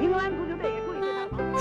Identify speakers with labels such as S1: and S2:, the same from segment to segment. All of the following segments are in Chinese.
S1: 英格兰足球队也注意对他防守。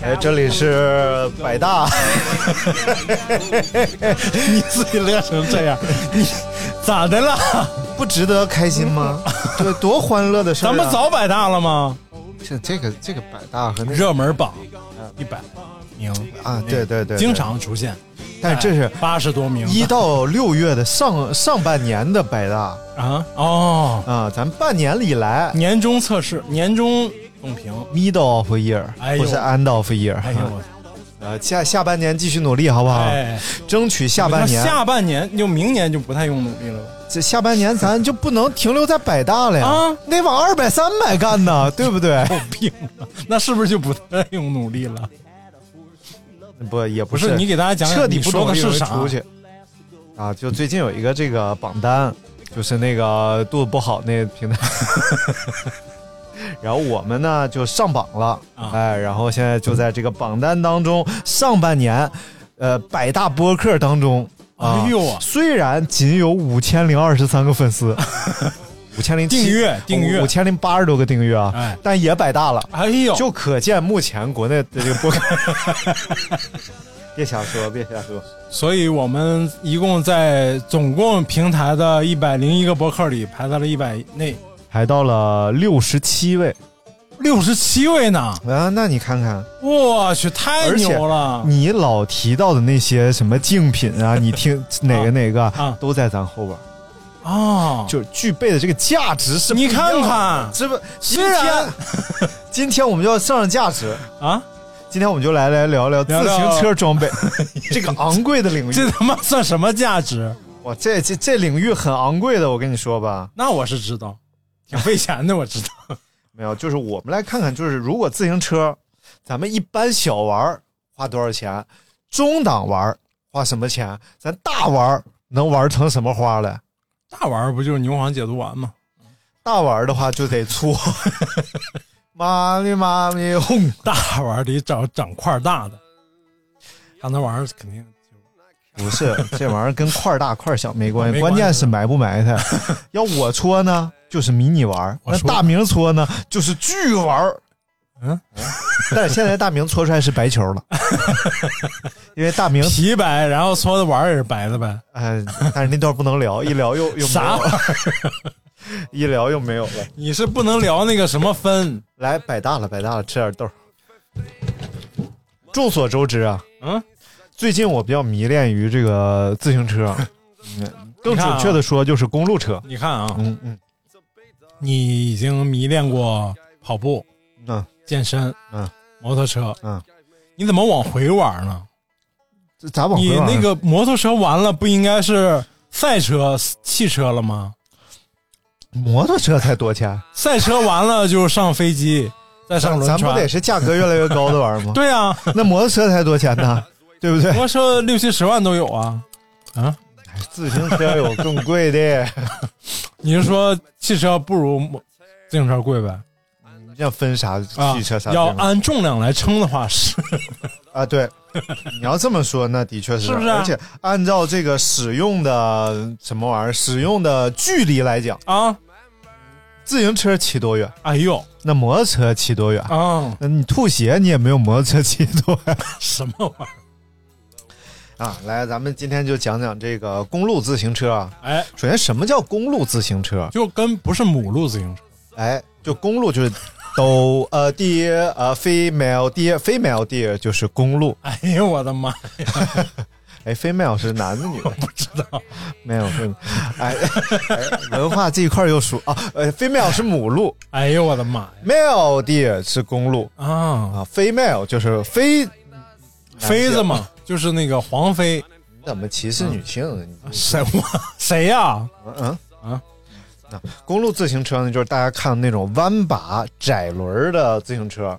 S2: The
S3: 哎，
S2: cow
S3: 这里
S2: was
S3: 是
S2: gold.
S3: 呃百 大，你自己乐成这样，你
S4: 咋的了？
S3: 不值得开心吗？对，多欢乐的事儿、啊！
S4: 咱们早百大了吗？
S3: 这这个这个百大和那个
S4: 热门榜一百名
S3: 啊，对对哎对，
S4: 经，常出现，
S3: 但这是
S4: 八十多名
S3: 一到六月的上 上半年的百大
S4: 啊哦，
S3: 啊，咱半年以来
S4: 年终测试，年终
S3: 啊
S4: 总评，
S3: middle of year，
S4: 哎呦
S3: 不是 end of year，
S4: 哎呦我，
S3: 呃，下下半年继续努力好不好？
S4: 哎，
S3: 争取啊下半年，
S4: 那下半年就明年就不太用努力了吧？
S3: 这下半年咱就不能停留在百大了呀，
S4: 啊
S3: 得往二百、三百干呢，对不对？
S4: 有病啊！那是不是就不太用努力了？
S3: 不，也不
S4: 不是，你给大家讲讲，
S3: 彻底
S4: 你
S3: 不
S4: 说
S3: 懂
S4: 的是啥？
S3: 出去啊！就最近有一个这个榜单，就是那个肚子不好那平台， 然后我们呢就上榜了，
S4: 啊
S3: 哎，然后现在就在这个榜单当中，上半年，呃，百大播客当中啊，
S4: 哎呦啊
S3: 虽然仅有五千零二十三个粉 丝，五千零
S4: 订阅订阅
S3: 五千零八十多个订阅啊，
S4: 哎
S3: 但也百大了。
S4: 哎呦，
S3: 就可见目前国内的这个播客， 别瞎说，别瞎说，
S4: 所以我们一共在总共平台的一百零一个博客里排在了一百内
S3: 排到了六十七位
S4: 六十七位呢。
S3: 啊！那你看看，
S4: 我去，太
S3: 而且
S4: 牛了！
S3: 你老提到的那些什么竞品 啊，你听哪个哪个
S4: 啊
S3: 都在咱后边，
S4: 啊，
S3: 就是具备的这个价值是不
S4: 你
S3: 一样的
S4: 看看
S3: 这不今
S4: 虽然
S3: 天 今天我们就要上上价值，
S4: 啊，
S3: 今天我们就来来聊聊自
S4: 聊聊
S3: 行车装 备这个昂贵的领域
S4: 这，他妈算什么价值？
S3: 哇，这这这领域很昂贵的，我跟你说吧。
S4: 那我是知道，挺费钱的，我知道。
S3: 没有，就是我们来看看，就是如果自行车，咱们一般小玩儿花多少钱，中档玩儿花什么钱，咱大玩儿能玩成什么花来？
S4: 大玩意儿不就是牛黄解毒丸吗？
S3: 大玩儿的话就得搓， 妈咪妈咪轰！
S4: 大玩意儿得找整块儿大的，他那玩意儿肯定
S3: 不是，这玩意儿跟块儿大块儿小 没关系，
S4: 没关
S3: 关
S4: 系
S3: 键是埋不埋汰。 要我搓呢，就是迷你玩儿；
S4: 我
S3: 那
S4: 说
S3: 大明搓呢，就是巨玩儿。
S4: 嗯，
S3: 但是现在大明搓出来是白球了， 因为大明
S4: 皮白，然后搓的玩意儿也是白的呗。
S3: 哎，但是那段不能聊，一聊又又没有
S4: 啥玩意
S3: 了， 一聊又没有了。
S4: 你是不能聊那个什么分，
S3: 来，百大了，百大了，吃点豆儿。众所周知啊，
S4: 嗯，
S3: 最近我比较迷恋于这个自行 车，嗯更
S4: 你看啊
S3: 准确的说就是公路车。
S4: 你看啊，
S3: 嗯嗯
S4: 你已经迷恋过跑步、
S3: 嗯，
S4: 健身，
S3: 嗯，
S4: 摩托车，
S3: 嗯，
S4: 你怎么往回玩呢？
S3: 这咋往
S4: 你
S3: 回玩
S4: 那个摩托车完了，不应该是赛车、汽车了吗？
S3: 摩托车才多钱？
S4: 赛车完了就上飞机，再
S3: 咱
S4: 上轮
S3: 咱不得
S4: 船。
S3: 是价格越来越高的玩意儿吗？
S4: 对啊，
S3: 那摩托车才多钱 呢？对不对
S4: 摩？托车六七十万都有啊。
S3: 自行车有更贵的，
S4: 你是说汽车不如摩自行车贵呗？
S3: 要分啥
S4: 啊，
S3: 汽车啥地
S4: 要
S3: 方
S4: 按重量来称的话是。
S3: 啊，对， 你要这么说，那的确是，
S4: 是不是啊
S3: 而且按照这个使用的什么玩意儿，使用的距离来讲，
S4: 啊，
S3: 自行车骑多远，
S4: 哎呦
S3: 那摩托车骑多远？
S4: 啊，
S3: 那你吐血，你也没有摩托车骑多远
S4: 什么玩意儿？
S3: 啊！来，咱们今天就讲讲这个公路自行车啊。
S4: 哎，
S3: 首先，什么叫公路自行车？
S4: 就跟不是母鹿自 行车，
S3: 哎，就公路就是都呃 deer
S4: 哎
S3: 呃 female deer female deer 就是公路，
S4: 哎呦我的妈！
S3: 哎，female 是男的女的？
S4: 不知道，
S3: 没有，没有哎， 哎文化这一块儿又属啊，呃，female 是母鹿
S4: 哎呦我的妈呀！
S3: ，male 的是公鹿
S4: 啊，
S3: 啊，female 就是非
S4: 妃子嘛，就是那个皇妃，
S3: 怎么歧视女性呢？你
S4: 谁我 谁呀？
S3: 嗯
S4: 啊
S3: 啊，公路自行车呢，就是大家看那种弯把窄轮儿的自行车，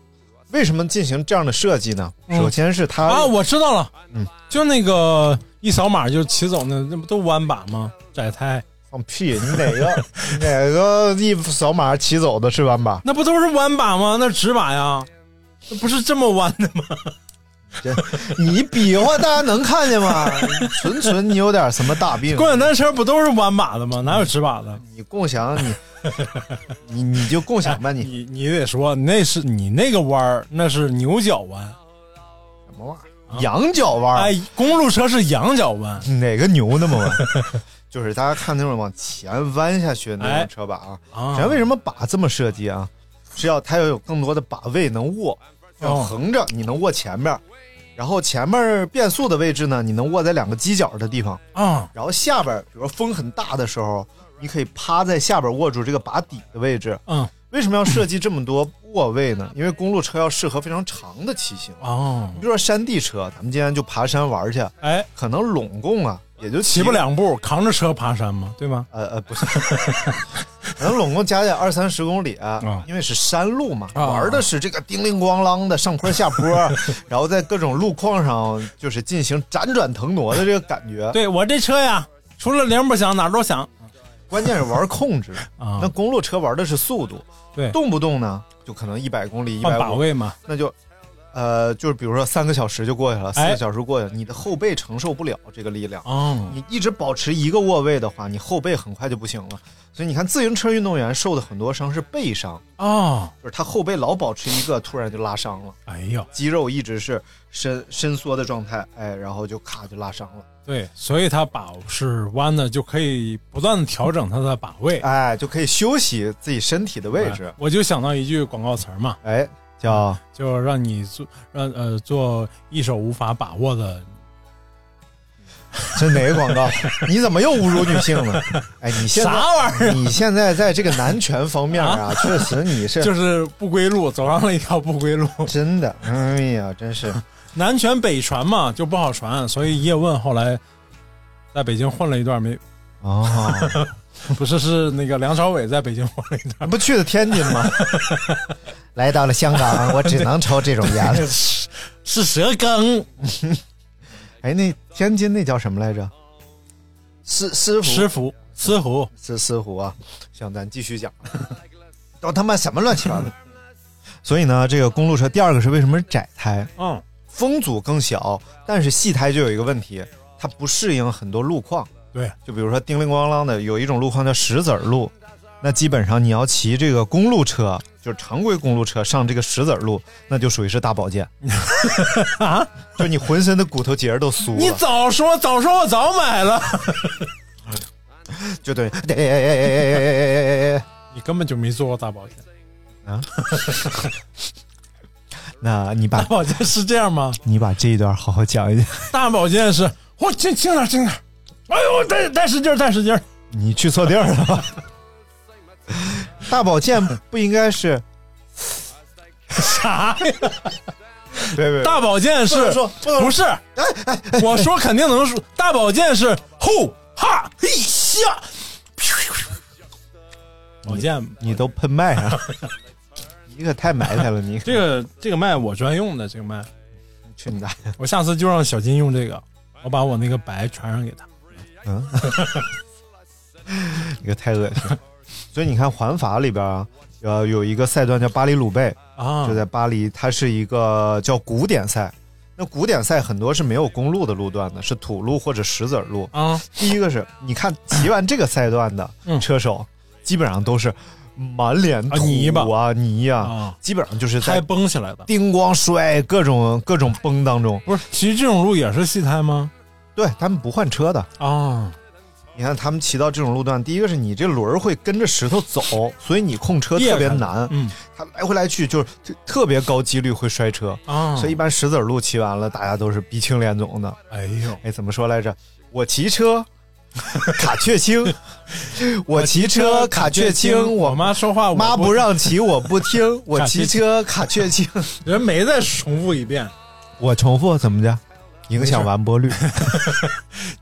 S3: 为什么进行这样的设计呢？
S4: 嗯
S3: 首先是它
S4: 啊，我知道了，
S3: 嗯，
S4: 就那个一扫码就骑走那，那不都弯把吗？窄胎，
S3: 放屁，你哪 个哪个一扫码骑走的是弯把？
S4: 那不都是弯把吗？那直把呀，那不是这么弯的吗？
S3: 你比划大家能看见吗？ 纯纯你有点什么大病？
S4: 共享单车不都是弯把的吗？哪有直把的？
S3: 你共享你 你你就共享吧你
S4: 你你得说，那是你那个弯儿，那是牛角弯，
S3: 什么玩意儿？羊角弯儿。
S4: 哎，公路车是羊角弯，
S3: 哪个牛那么弯？ 就是大家看那种往前弯下去的那
S4: 哎
S3: 种车把啊，
S4: 啊
S3: 人为什么把这么设计啊？是要它要有更多的把位能握，要
S4: 哦
S3: 横着你能握前面，然后前面变速的位置呢，你能握在两个犄角的地方，
S4: 啊，
S3: 然后下边比如说风很大的时候，你可以趴在下边握住这个把底的位置。
S4: 嗯，
S3: 为什么要设计这么多卧位 呢？因为公路车要适合非常长的骑行。
S4: 哦，
S3: 比如说山地车，咱们今天就爬山玩去，
S4: 哎，
S3: 可能拢共啊也就
S4: 骑
S3: 骑
S4: 不两步，扛着车爬山嘛，对吗？
S3: 呃呃，不是， 可能拢共加起来二三十公里，啊因为是山路嘛，
S4: 啊
S3: 玩的是这个叮铃咣啷的上坡下 坡，然后在各种路况上就是进行辗转腾挪的这个感觉。
S4: 对我这车呀，除了铃不响，哪儿都响
S3: 关键是玩控制。
S4: 啊
S3: 那。公路车玩的是速度，
S4: 对
S3: 动不动呢就可能一百公里、一
S4: 换
S3: 百
S4: 把
S3: 五，
S4: 位嘛，
S3: 那就。呃，就是比如说三个小时就过去了，四
S4: 哎
S3: 个小时过去了，你的后背承受不了这个力量，
S4: 哦，
S3: 你一直保持一个卧位的话，你后背很快就不行了。所以你看，自行车运动员受的很多伤是背伤，
S4: 哦，
S3: 就是他后背老保持一个，突然就拉伤了，
S4: 哎呦，
S3: 肌肉一直是伸伸缩的状态，哎，然后就咔就拉伤了，
S4: 对，所以它把是弯的，就可以不断的调整它的把位
S3: 哎，就可以休息自己身体的位置
S4: 哎，我就想到一句广告词儿嘛，
S3: 哎，叫
S4: 就让你做让呃做一手无法把握的，
S3: 这哪个广告？你怎么又侮辱女性了？哎，你现在
S4: 啥玩意儿？
S3: 你现在在这个男权方面 啊，确实你是
S4: 就是不归路，走上了一条不归路。
S3: 真的，哎呀，真是。
S4: 南拳北传嘛，就不好传，所以叶问后来在北京混了一段没，
S3: 哦，
S4: 不是是那个梁朝伟在北京混了一段，
S3: 不去的天津吗？ 来到了香港，我只能抽这种烟了。
S4: 啊是是蛇羹
S3: 哎，那天津那叫什么来着？师师傅
S4: 师傅师傅
S3: 是似乎啊，行，咱继续讲，都他妈什么乱七八糟。 所以呢，这个公路车第二个是为什么是窄胎，
S4: 嗯
S3: 风阻更小，但是细胎就有一个问题，它不适应很多路况。
S4: 对，
S3: 就比如说叮铃咣啷的，有一种路况叫石子儿路，那基本上你要骑这个公路车，就是常规公路车上这个石子儿路，那就属于是大保健，
S4: 啊，
S3: 就你浑身的骨头节儿都酥
S4: 你
S3: 了，
S4: 早说早说我早买了，
S3: 就对，哎
S4: 你根本就没做过大保健，
S3: 那你
S4: 大
S3: 把
S4: 保健是这样吗？
S3: 你把这一段好好讲一讲。
S4: 大保健是 我轻轻点儿轻点儿，哎呦太太使劲儿太使劲儿，
S3: 你去错地儿了吧？大保健不应该是？
S4: 啥呀？
S3: 别别
S4: 大保健
S3: 不能
S4: 是
S3: 说不能说哎
S4: 不是？我说肯定能说，大保健是吼哈嘿下，保健
S3: 你都喷麦上 了，你可太埋汰了！你
S4: 这个这个麦我专用的，这个麦
S3: 去你大爷！
S4: 我下次就让小金用这个，我把我那个白传染给他。
S3: 你可太恶心了。所以你看环法里边啊，呃，有一个赛段叫巴黎鲁贝，
S4: 啊，
S3: 就在巴黎，它是一个叫古典赛。那古典赛很多是没有公路的路段的，是土路或者石子儿路。
S4: 啊，
S3: 第一个是你看骑完这个赛段的
S4: 嗯
S3: 车手，基本上都是满脸
S4: 啊泥
S3: 土啊泥呀、
S4: 啊
S3: 基本上就是在嗯
S4: 胎崩起来的，
S3: 叮咣摔，各种各种崩当中，
S4: 不是？其实这种路也是细胎吗？
S3: 对他们不换车的，
S4: 啊，
S3: 你看他们骑到这种路段，第一个是你这轮儿会跟着石头走，所以你控车特别难，
S4: 嗯
S3: 它来回来去就是特特别高几率会摔车。
S4: 啊，
S3: 所以一般石子儿路骑完了，大家都是鼻青脸肿的。
S4: 哎呦，
S3: 哎，怎么说来着？我骑车 卡雀青，我骑车卡雀青，
S4: 我
S3: 我
S4: 妈说话我
S3: 妈不让骑我不听，我
S4: 卡雀
S3: 骑车卡雀青。
S4: 人没再重复一遍。
S3: 我重复怎么着？影响完播率，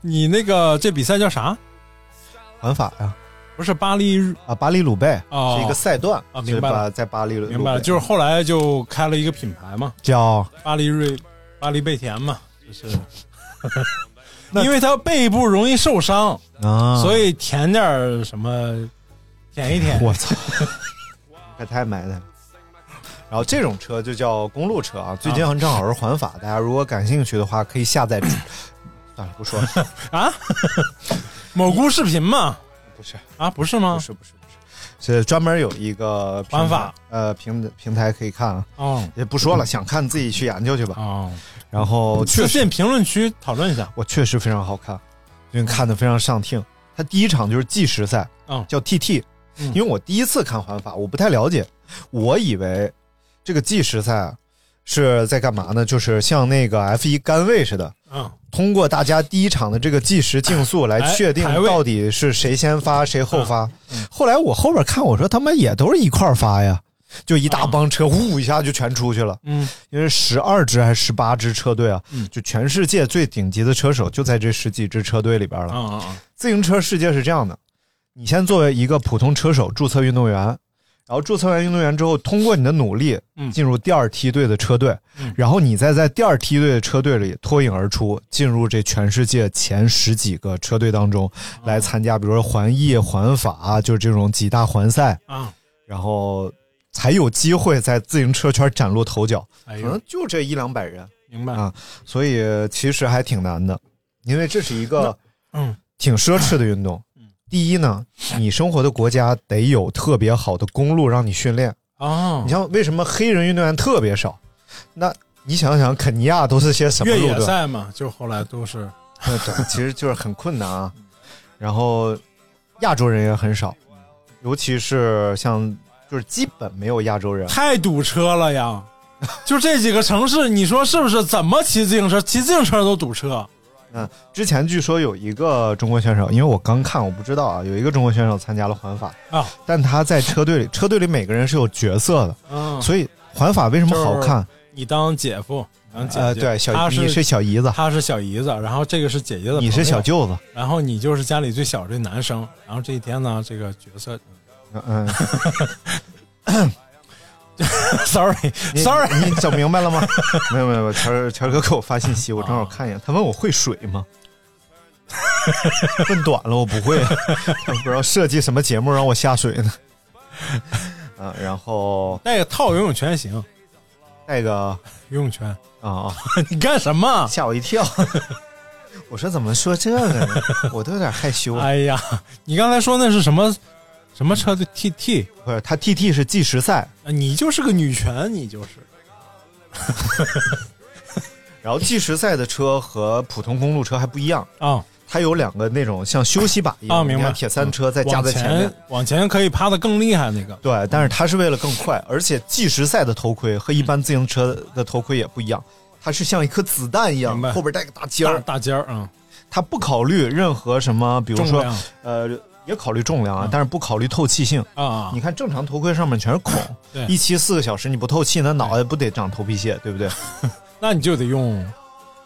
S4: 你那个这比赛叫啥？
S3: 玩法呀、
S4: 不是巴黎日
S3: 啊，巴黎鲁贝、
S4: 哦
S3: 是一个赛段
S4: 啊
S3: 就是
S4: 明白
S3: 把
S4: 了
S3: 在巴黎鲁
S4: 明白了，就是后来就开了一个品牌嘛，
S3: 叫
S4: 巴黎瑞、巴黎贝甜嘛，就是。
S3: 那
S4: 因为它背部容易受伤，
S3: 啊
S4: 所
S3: 以
S4: 以舔点儿什么，舔一舔。
S3: 我操，可太埋汰了。然后这种车就叫公路车啊，最近正好是环法，大家如果感兴趣的话，可以下载。 算了，不说了，
S4: 啊，某姑视频嘛？
S3: 不是，
S4: 啊，不是吗
S3: 不？是，不是，不是，是专门有一个平台
S4: 环法
S3: 呃平平台可以看啊，
S4: 哦
S3: 也不说了，想看自己去研究去吧。
S4: 哦，
S3: 然后确
S4: 私
S3: 实
S4: 信评论区讨论一下。
S3: 我确实非常好看，最近看的非常上听。他第一场就是计时赛，
S4: 嗯
S3: 叫 TT，、
S4: 嗯
S3: 因为我第一次看环法，我不太了解，我以为这个计时赛啊是在干嘛呢？就是像那个 F 一杆位似的，
S4: 嗯，
S3: 通过大家第一场的这个计时竞速来确定
S4: 哎排位嗯
S3: 到底是谁先发谁后发。后来我后边看，我说他妈也都是一块儿发呀，就一大帮车呜一下就全出去了。
S4: 嗯，
S3: 因为十二支还是十八支车队啊，
S4: 嗯
S3: 就全世界最顶级的车手就在这十几支车队里边了。
S4: 啊啊啊！
S3: 自行车世界是这样的：你先作为一个普通车手注册运动员，然后注册完运动员之后，通过你的努力
S4: 嗯
S3: 进入第二梯队的车队，
S4: 嗯
S3: 然后你再在第二梯队的车队里脱颖而出，进入这全世界前十几个车队当中来参加，比如说环意、环法，就是这种几大环赛，
S4: 啊，
S3: 然后才有机会在自行车圈崭露头角。
S4: 哎
S3: 可
S4: 呦
S3: 能，就这一两百人，
S4: 明白
S3: 嗯啊所以其实还挺难的，因为这是一个。
S4: 嗯
S3: 挺奢侈的运动
S4: 嗯。
S3: 第一呢，你生活的国家得有特别好的公路让你训练。
S4: 啊，
S3: 你像为什么黑人运动员特别少？那你想想，肯尼亚都是些什么
S4: 越
S3: 路
S4: 野
S3: 段？
S4: 赛嘛，就后来都是
S3: 对对，其实就是很困难啊。
S4: 嗯
S3: 然后亚洲人也很少，尤其是像就是基本没有亚洲人。
S4: 太堵车了呀。就这几个城市，你说是不是？怎么骑自行车？骑自行车都堵车。
S3: 嗯，之前据说有一个中国选手，因为我刚看我不知道啊，有一个中国选手参加了环法
S4: 啊，
S3: 但他在车队里，车队里每个人是有角色的，
S4: 嗯，
S3: 所以环法为什么好看？
S4: 你当姐夫，当姐姐，
S3: 呃，对，小
S4: 他
S3: 你是小姨子，
S4: 他是小姨子，然后这个是姐姐的，
S3: 你是小，舅子，
S4: 然后你就是家里最小这男生，然后这一天呢，这个角 色
S3: 嗯嗯，
S4: ，sorry
S3: 你
S4: sorry，
S3: 你整明白了 吗？没有没有，没有乔儿乔儿哥给我发信
S4: 啊
S3: 息，我正好看一眼，他问我会水吗？ 问短了，我不会， 我不知道设计什么节目让我下水呢。 嗯，然后
S4: 那个套游泳圈行，
S3: 那个啊
S4: 游泳圈，
S3: 啊，
S4: 你干什么？
S3: 吓我一 跳，我说怎么说这个呢？我都有点害羞。
S4: 哎呀，你刚才说那是什么什么车的 TT？啊
S3: 不是，他 TT 是计时赛，
S4: 你就是个女权，你就是
S3: 然后计时赛的车和普通公路车还不一样。
S4: 啊、
S3: 它有两个那种像休息把一样，
S4: 啊明
S3: 你
S4: 白
S3: 看铁三车再加在
S4: 往
S3: 前面。
S4: 前嗯往前可以趴的更厉害那个
S3: 对，但是它是为了更快，而且计时赛的头盔和一般自行车的头盔也不一样，它是像一颗子弹一样
S4: 明，白
S3: 后边带个大尖
S4: 大
S3: 儿，
S4: 大尖儿啊，
S3: 它不考虑任何什么，比如
S4: 重
S3: 说
S4: 量嗯
S3: 呃，也考虑重量啊，但是不考虑透气性。
S4: 啊啊
S3: 你，看正常头盔上面全是孔
S4: 对，
S3: 一骑四个小时你不透气，那脑袋不得长头皮屑，对不对？
S4: 啊那你就得用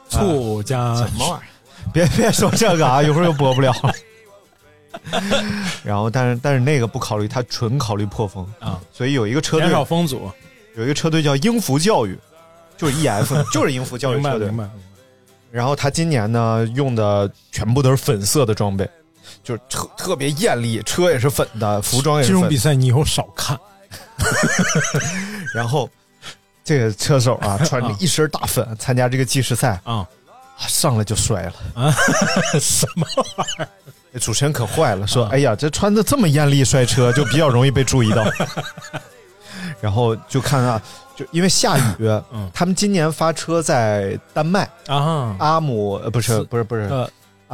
S4: 醋加
S3: 什啊么玩意儿？ 别别说这个 啊，一会儿又播不了了。 然后，但是但是那个不考虑，它纯考虑破风
S4: 啊，
S3: 所以有一个车
S4: 减
S3: 队
S4: 少风阻，
S3: 有一个车队叫英孚教育， 就是 EF，就是英孚教育
S4: 明白
S3: 车队
S4: 明。白，
S3: 然后他今年呢用的全部都是粉色的装备，就是特特别艳丽，车也是粉的，服装也
S4: 这
S3: 是
S4: 种比
S3: 粉。
S4: 赛你以后少看，
S3: 然后这个车手啊，穿着一身大粉参加这个计时赛
S4: 啊，
S3: 上来就摔了。
S4: 什么玩意儿？
S3: 主持人可坏
S4: 啊
S3: 了，说：“哎呀，这穿的这么艳丽摔车，就比较容易被注意 到。”然后就看啊，就因为下雨，
S4: 嗯
S3: 他们今年发车在丹麦
S4: 啊
S3: 阿姆，呃，不是
S4: 斯
S3: 不是不是
S4: 呃
S3: 啊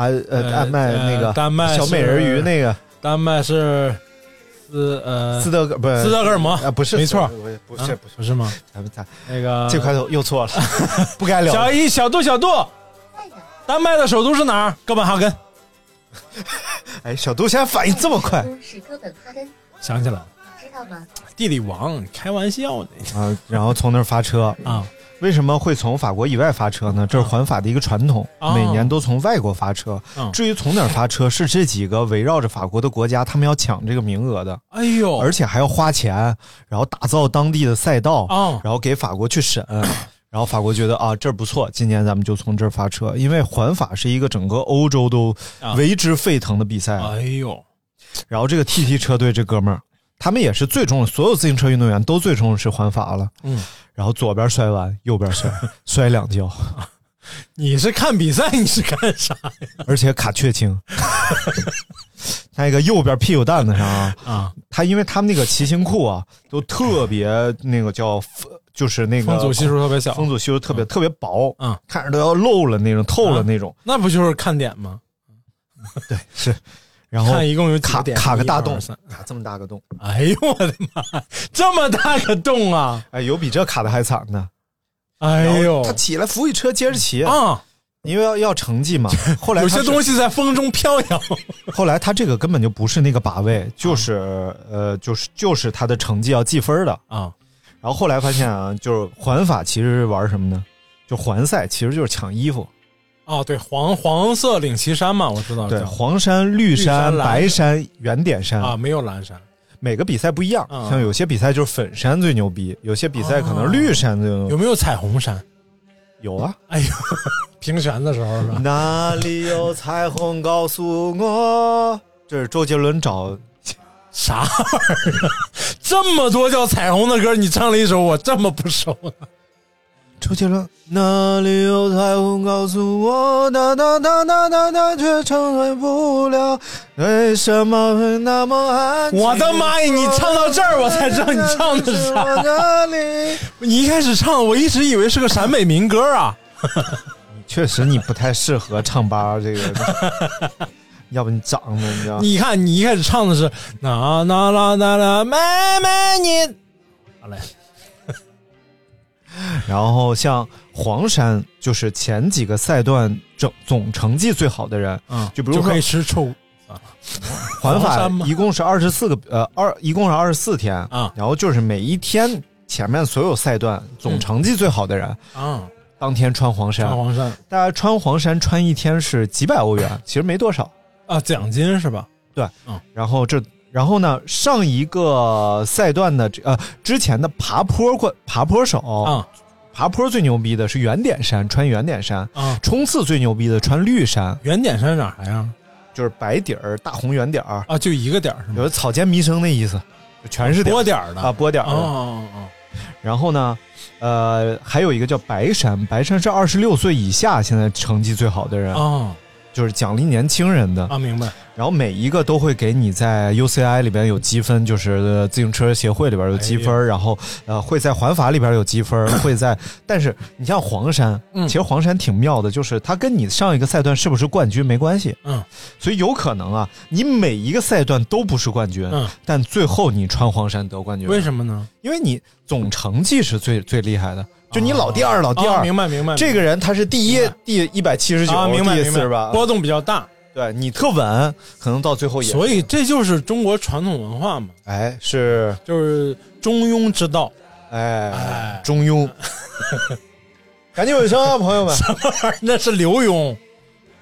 S3: 呃
S4: 呃
S3: 丹麦那个
S4: 呃丹麦
S3: 小美人鱼那个
S4: 丹麦是斯呃
S3: 斯德哥不是
S4: 斯德哥尔摩
S3: 啊不是
S4: 没错
S3: 不是不是
S4: 啊
S3: 不是
S4: 不是吗？
S3: 咱们咱
S4: 那个
S3: 这块头又错了， 不该聊
S4: 小一小度小度，丹麦的首都是哪儿？哥本哈根。
S3: 哎小杜现在反应这么快
S4: 嗯
S5: 是哥本哈根，
S4: 想起来了，
S5: 知道吗？
S4: 地理王，你开玩笑呢
S3: 啊，然后从那儿发车
S4: 啊？
S3: 为什么会从法国以外发车呢？这是环法的一个传统，
S4: 嗯哦
S3: 每年都从外国发车。
S4: 嗯
S3: 至于从哪儿发车，是这几个围绕着法国的国家，他们要抢这个名额的，
S4: 哎呦，
S3: 而且还要花钱，然后打造当地的赛道，
S4: 哦
S3: 然后给法国去 审。然后法国觉得啊，这儿不错，今年咱们就从这儿发车，因为环法是一个整个欧洲都
S4: 啊
S3: 为之沸腾的比赛。啊
S4: 哎呦，
S3: 然后这个 TT 车队这哥们儿，他们也是最重，所有自行车运动员都最重视环法了。
S4: 嗯，
S3: 然后左边摔完，右边摔， 摔两跤，
S4: 你是看比赛，你是干啥
S3: 而且卡雀青。 那个右边屁股蛋子上啊，
S4: 啊？
S3: 他因为他们那个骑行裤啊，都特别那个叫，就是那个
S4: 风阻系数特别小，
S3: 风阻系数特别、特别薄，
S4: 嗯，
S3: 看着都要漏了那种，透了那种。
S4: 那不就是看点吗？
S3: 然后
S4: 看一共有几
S3: 卡
S4: 点？
S3: 卡个
S4: 一
S3: 大
S4: 二
S3: 洞
S4: 三，
S3: 卡这么大个洞。
S4: 哎呦我的妈，这么大个洞啊！
S3: 哎，有比这卡的还惨的。
S4: 哎
S3: 然
S4: 呦
S3: 后他起来扶起车接着骑，
S4: 啊，
S3: 因为要要成绩 嘛。后来
S4: 有
S3: 他
S4: 些
S3: 是
S4: 东西在风中飘 摇。
S3: 后来他这个根本就不是那个把位，
S4: 啊
S3: 就是、呃，就是就是他的成绩要计分的。
S4: 啊，
S3: 然后后来发现啊，就是环法其实是玩什么呢？就环赛其实就是抢衣服，
S4: 哦，对，黄黄色领旗衫嘛，我知道
S3: 对，
S4: 叫
S3: 黄山、绿
S4: 啊山
S3: 山、
S4: 蓝
S3: 白山、圆点山
S4: 啊，没有蓝衫
S3: 每个比赛不一样。
S4: 嗯
S3: 像有些比赛就是粉山最牛逼，有些比赛可能绿山最牛逼。
S4: 啊有没有彩虹衫？
S3: 有啊，
S4: 哎呦， 评选的时候是吧？
S3: 嗯哪里有彩虹？告诉我，这是周杰伦找
S4: 啥玩意儿啊？这么多叫彩虹的歌，你唱了一首我这么不熟啊
S3: 周杰伦。哪里有彩虹？告诉我，哒哒哒哒哒哒，却成为不了。为什么会那么安静？
S4: 我的妈呀你唱到这儿我才知道你唱的是啥
S3: 哪里？
S4: 你一开始唱，我一直以为是个陕北民歌啊。
S3: 确实，你不太适合唱吧这个， 要不你长得你知道？
S4: 你看，你一开始唱的是那那啦那啦，妹妹你，好嘞，
S3: 然后像黄山，就是前几个赛段整总成绩最好的人，
S4: 嗯，
S3: 就比如说
S4: 可以吃臭
S3: 环
S4: 黄
S3: 法
S4: 山吗
S3: 一共是二十四个，呃，二一共是二十四天
S4: 啊
S3: 然后就是每一天前面所有赛段总成绩最好的人，
S4: 啊，
S3: 当天穿黄衫
S4: 穿，黄衫
S3: 大家穿黄衫穿一天是几百欧 元，其实没多少。
S4: 啊，奖金是吧？
S3: 然后这，然后呢，上一个赛段的这呃之前的爬坡冠爬坡手
S4: 啊
S3: 爬坡最牛逼的是圆点衫，穿圆点衫。
S4: 啊，
S3: 冲刺最牛逼的穿绿衫，
S4: 原点山长啥样
S3: 就是白底儿大红圆点儿，
S4: 啊？就一个点儿是吗？
S3: 有草间弥生的意思，就全是点儿
S4: 多点儿的
S3: 啊波点
S4: 哦
S3: 儿的。
S4: 哦哦
S3: 然后呢，呃，还有一个叫白山，白山是二十六岁以下现在成绩最好的人，
S4: 哦
S3: 就是奖励年轻人的。
S4: 啊，明白
S3: 然后每一个都会给你在 UCI 里边有积分，就是呃自行车协会里边有积分，
S4: 哎
S3: 然后呃会在环法里边有积 分，会在。但是你像黄山，
S4: 嗯
S3: 其实黄山挺妙的，就是它跟你上一个赛段是不是冠军没关系，
S4: 嗯，
S3: 所以有可能啊，你每一个赛段都不是冠军，
S4: 嗯，
S3: 但最后你穿黄山得冠军，
S4: 为什么呢？
S3: 因为你总成绩是最最厉害的，就你老第二，老第
S4: 啊
S3: 二，
S4: 明白明白，
S3: 这个人他是第一
S4: 明白，
S3: 第一百七十九，
S4: 啊，明白
S3: 第
S4: 明
S3: 四
S4: 白
S3: 十八，
S4: 波动比较大，
S3: 对你特稳，可能到最后也
S4: 所以这就是中国传统文化嘛，
S3: 哎是
S4: 就是中庸之道。
S3: 哎
S4: 哎
S3: 中 庸，赶紧尾声啊，朋友们
S4: 那是刘墉，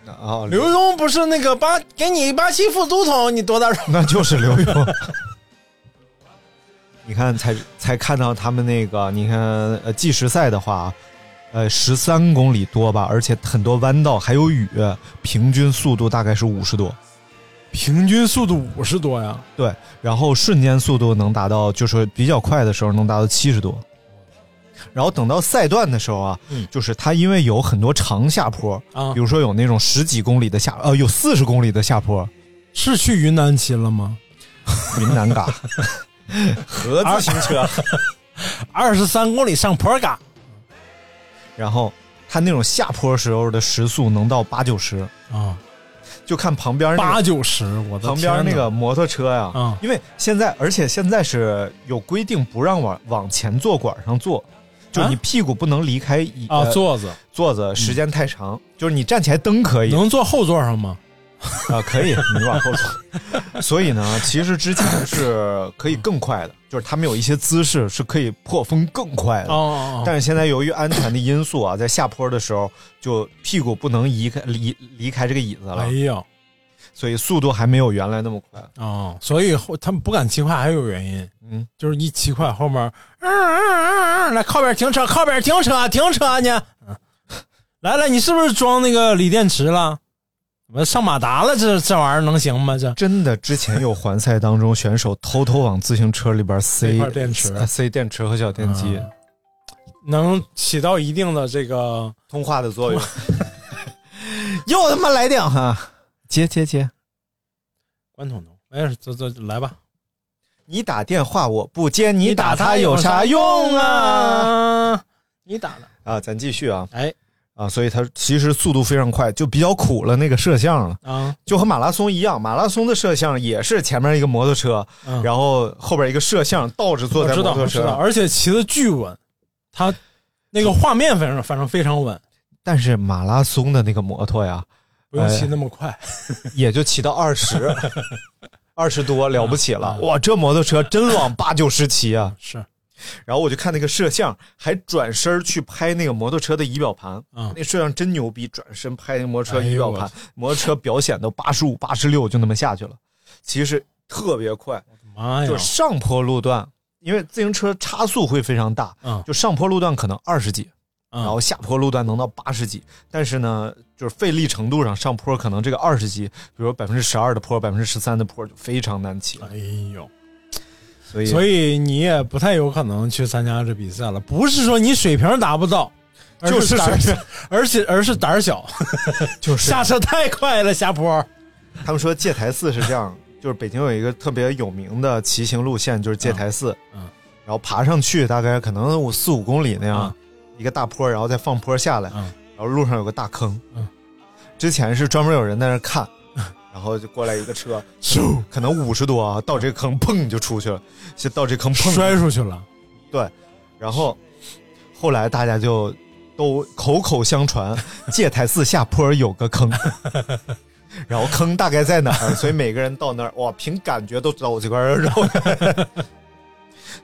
S3: 啊，
S4: 刘墉不是那个巴给你巴西副总统，你多大荣？
S3: 那就是刘 墉。你看才才看到他们那个，你看呃计时赛的话，呃十三公里多吧，而且很多弯道还有雨，平均速度大概是五十多。
S4: 平均速度五十多呀，
S3: 对，然后瞬间速度能达到，就是比较快的时候能达到七十多。然后等到赛段的时候啊，
S4: 嗯
S3: 就是它因为有很多长下坡，
S4: 啊
S3: 比如说有那种十几公里的下，呃，有四十公里的下坡，
S4: 是去云南骑了吗？
S3: 云南嘎，合资行车，
S4: 二 十三公里上坡嘎，
S3: 然后它那种下坡时候的时速能到八九十，
S4: 啊，
S3: 就看旁边那个
S4: 八九十，我的
S3: 旁
S4: 天
S3: 边那
S4: 哪
S3: 个摩托车呀、
S4: 嗯
S3: 因为现在，而且现在是有规定不让往往前坐管上坐，就
S4: 啊
S3: 你屁股不能离开椅
S4: 啊
S3: 呃
S4: 座子
S3: 座子时间太长，就是你站起来蹬可以啊、
S4: 嗯
S3: 啊
S4: 能坐后座上吗？
S3: 可以，你往后坐。所以呢，其实之前是可以更快 的，就是他们有一些姿势是可以破风更快的。
S4: 哦哦哦，
S3: 但是现在由于安全的因素啊，在下坡的时候，就屁股不能移开离离开这个椅子了
S4: 哎，呦
S3: 所以速度还没有原来那么快。
S4: 哦，所以后他们不敢骑快还有原因，
S3: 嗯，
S4: 就是一骑快后面，嗯嗯嗯嗯，来靠边停车，靠边停车，停车呢。嗯， 来来，你是不是装那个锂电池了？怎么上马达了？这这玩意儿能行吗？这
S3: 真的，之前有环赛当中，选手偷偷往自行车里边塞啊
S4: 塞块电池
S3: 塞电池和小电机，
S4: 嗯能起到一定的这个
S3: 通话的作用。 又他妈来电哈，接接接，
S4: 关筒筒，没事，这这来吧。
S3: 你打电话我不接，你打
S4: 它
S3: 他有啥用啊？？
S4: 你打的，
S3: 啊，咱继续啊
S4: 哎
S3: 啊！所以他其实速度非常快，就比较苦了那个摄像了，
S4: 啊，
S3: 就和马拉松一样，马拉松的摄像也是前面一个摩托车，
S4: 嗯
S3: 然后后边一个摄像倒着坐
S4: 我
S3: 在
S4: 知
S3: 摩
S4: 道，
S3: 托
S4: 我
S3: 车
S4: 知道，
S3: 上，
S4: 而且骑的巨稳，它那个画面反正反正非常稳，
S3: 但是马拉松的那个摩托呀，
S4: 不用
S3: 哎
S4: 骑那么快。
S3: 也就骑到二十，二十多了不起了。哇，这摩托车真往八九十骑啊！
S4: 是，
S3: 然后我就看那个摄像，还转身去拍那个摩托车的仪表盘。
S4: 嗯
S3: 那摄像真牛逼，转身拍那摩托车仪表盘，
S4: 哎呦我
S3: 摩托车表显到八十五、八十六就那么下去了，其实特别快。
S4: 妈呀
S3: 就，上坡路段，因为自行车差速会非常大，
S4: 嗯
S3: 就上坡路段可能二十几，然后
S4: 嗯，
S3: 下坡路段能到八十几，但是呢，就是费力程度上，上坡可能这个二十几，比如百分之十二的坡、百分之十三的坡就非常难骑了。
S4: 哎呦，
S3: 所以，
S4: 所以你也不太有可能去参加这比赛了。不是说你水平达不到，而
S3: 就是
S4: 胆儿
S3: 水
S4: 小，而且而是胆儿小，
S3: 就是
S4: 下车太快了，下坡。
S3: 他们说戒台寺是这 样，就是北京有一个特别有名的骑行路线，就是戒台寺，
S4: 嗯嗯
S3: 然后爬上去大概可能五四五公里那样、
S4: 嗯
S3: 一个大坡，然后再放坡下来，
S4: 嗯
S3: 然后路上有个大坑，
S4: 嗯
S3: 之前是专门有人在那看。然后就过来一个车，可能五十多啊，到这个坑砰就出去了，就到这坑砰
S4: 摔出去了，
S3: 然后后来大家就都口口相传，戒台寺下坡有个坑，然后坑大概在哪儿？所以每个人到那儿，哇，凭感觉都知道我这块儿肉。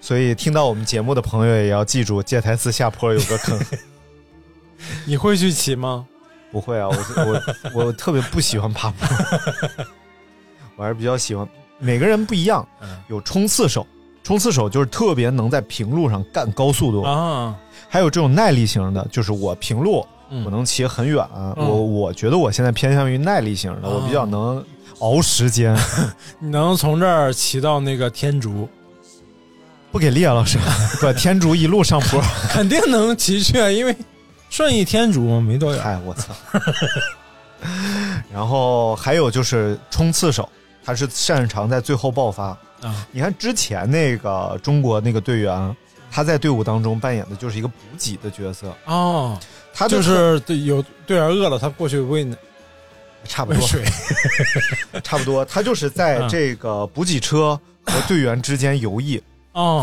S3: 所以听到我们节目的朋友也要记住，戒台寺下坡有个坑。
S4: 你会去骑吗？
S3: 不会啊，我我我特别不喜欢爬坡，我还是比较喜欢。每个人不一样
S4: 嗯，
S3: 有冲刺手，冲刺手就是特别能在平路上干高速度
S4: 啊，
S3: 还有这种耐力型的，就是我平路
S4: 嗯
S3: 我能骑很远，
S4: 嗯
S3: 我我觉得我现在偏向于耐力型的，
S4: 哦
S3: 我比较能熬时 间，
S4: 你能从这儿骑到那个天竺，
S3: 不给力啊，老师， 把天竺一路上坡，
S4: 肯定能骑去，啊因为顺义天竺嘛，没多远。
S3: 哎，我操！ 然后还有就是冲刺手，他是擅长在最后爆发。
S4: 啊
S3: 你看之前那个中国那个队员，他在队伍当中扮演的就是一个补给的角色，
S4: 哦，
S3: 他
S4: 就
S3: 特
S4: 是对有队员饿了，他过去喂
S3: 差不
S4: 喂
S3: 多
S4: 水。
S3: 差不多，他就是在
S4: 嗯
S3: 这个补给车和队员之间游弋。
S4: 哦，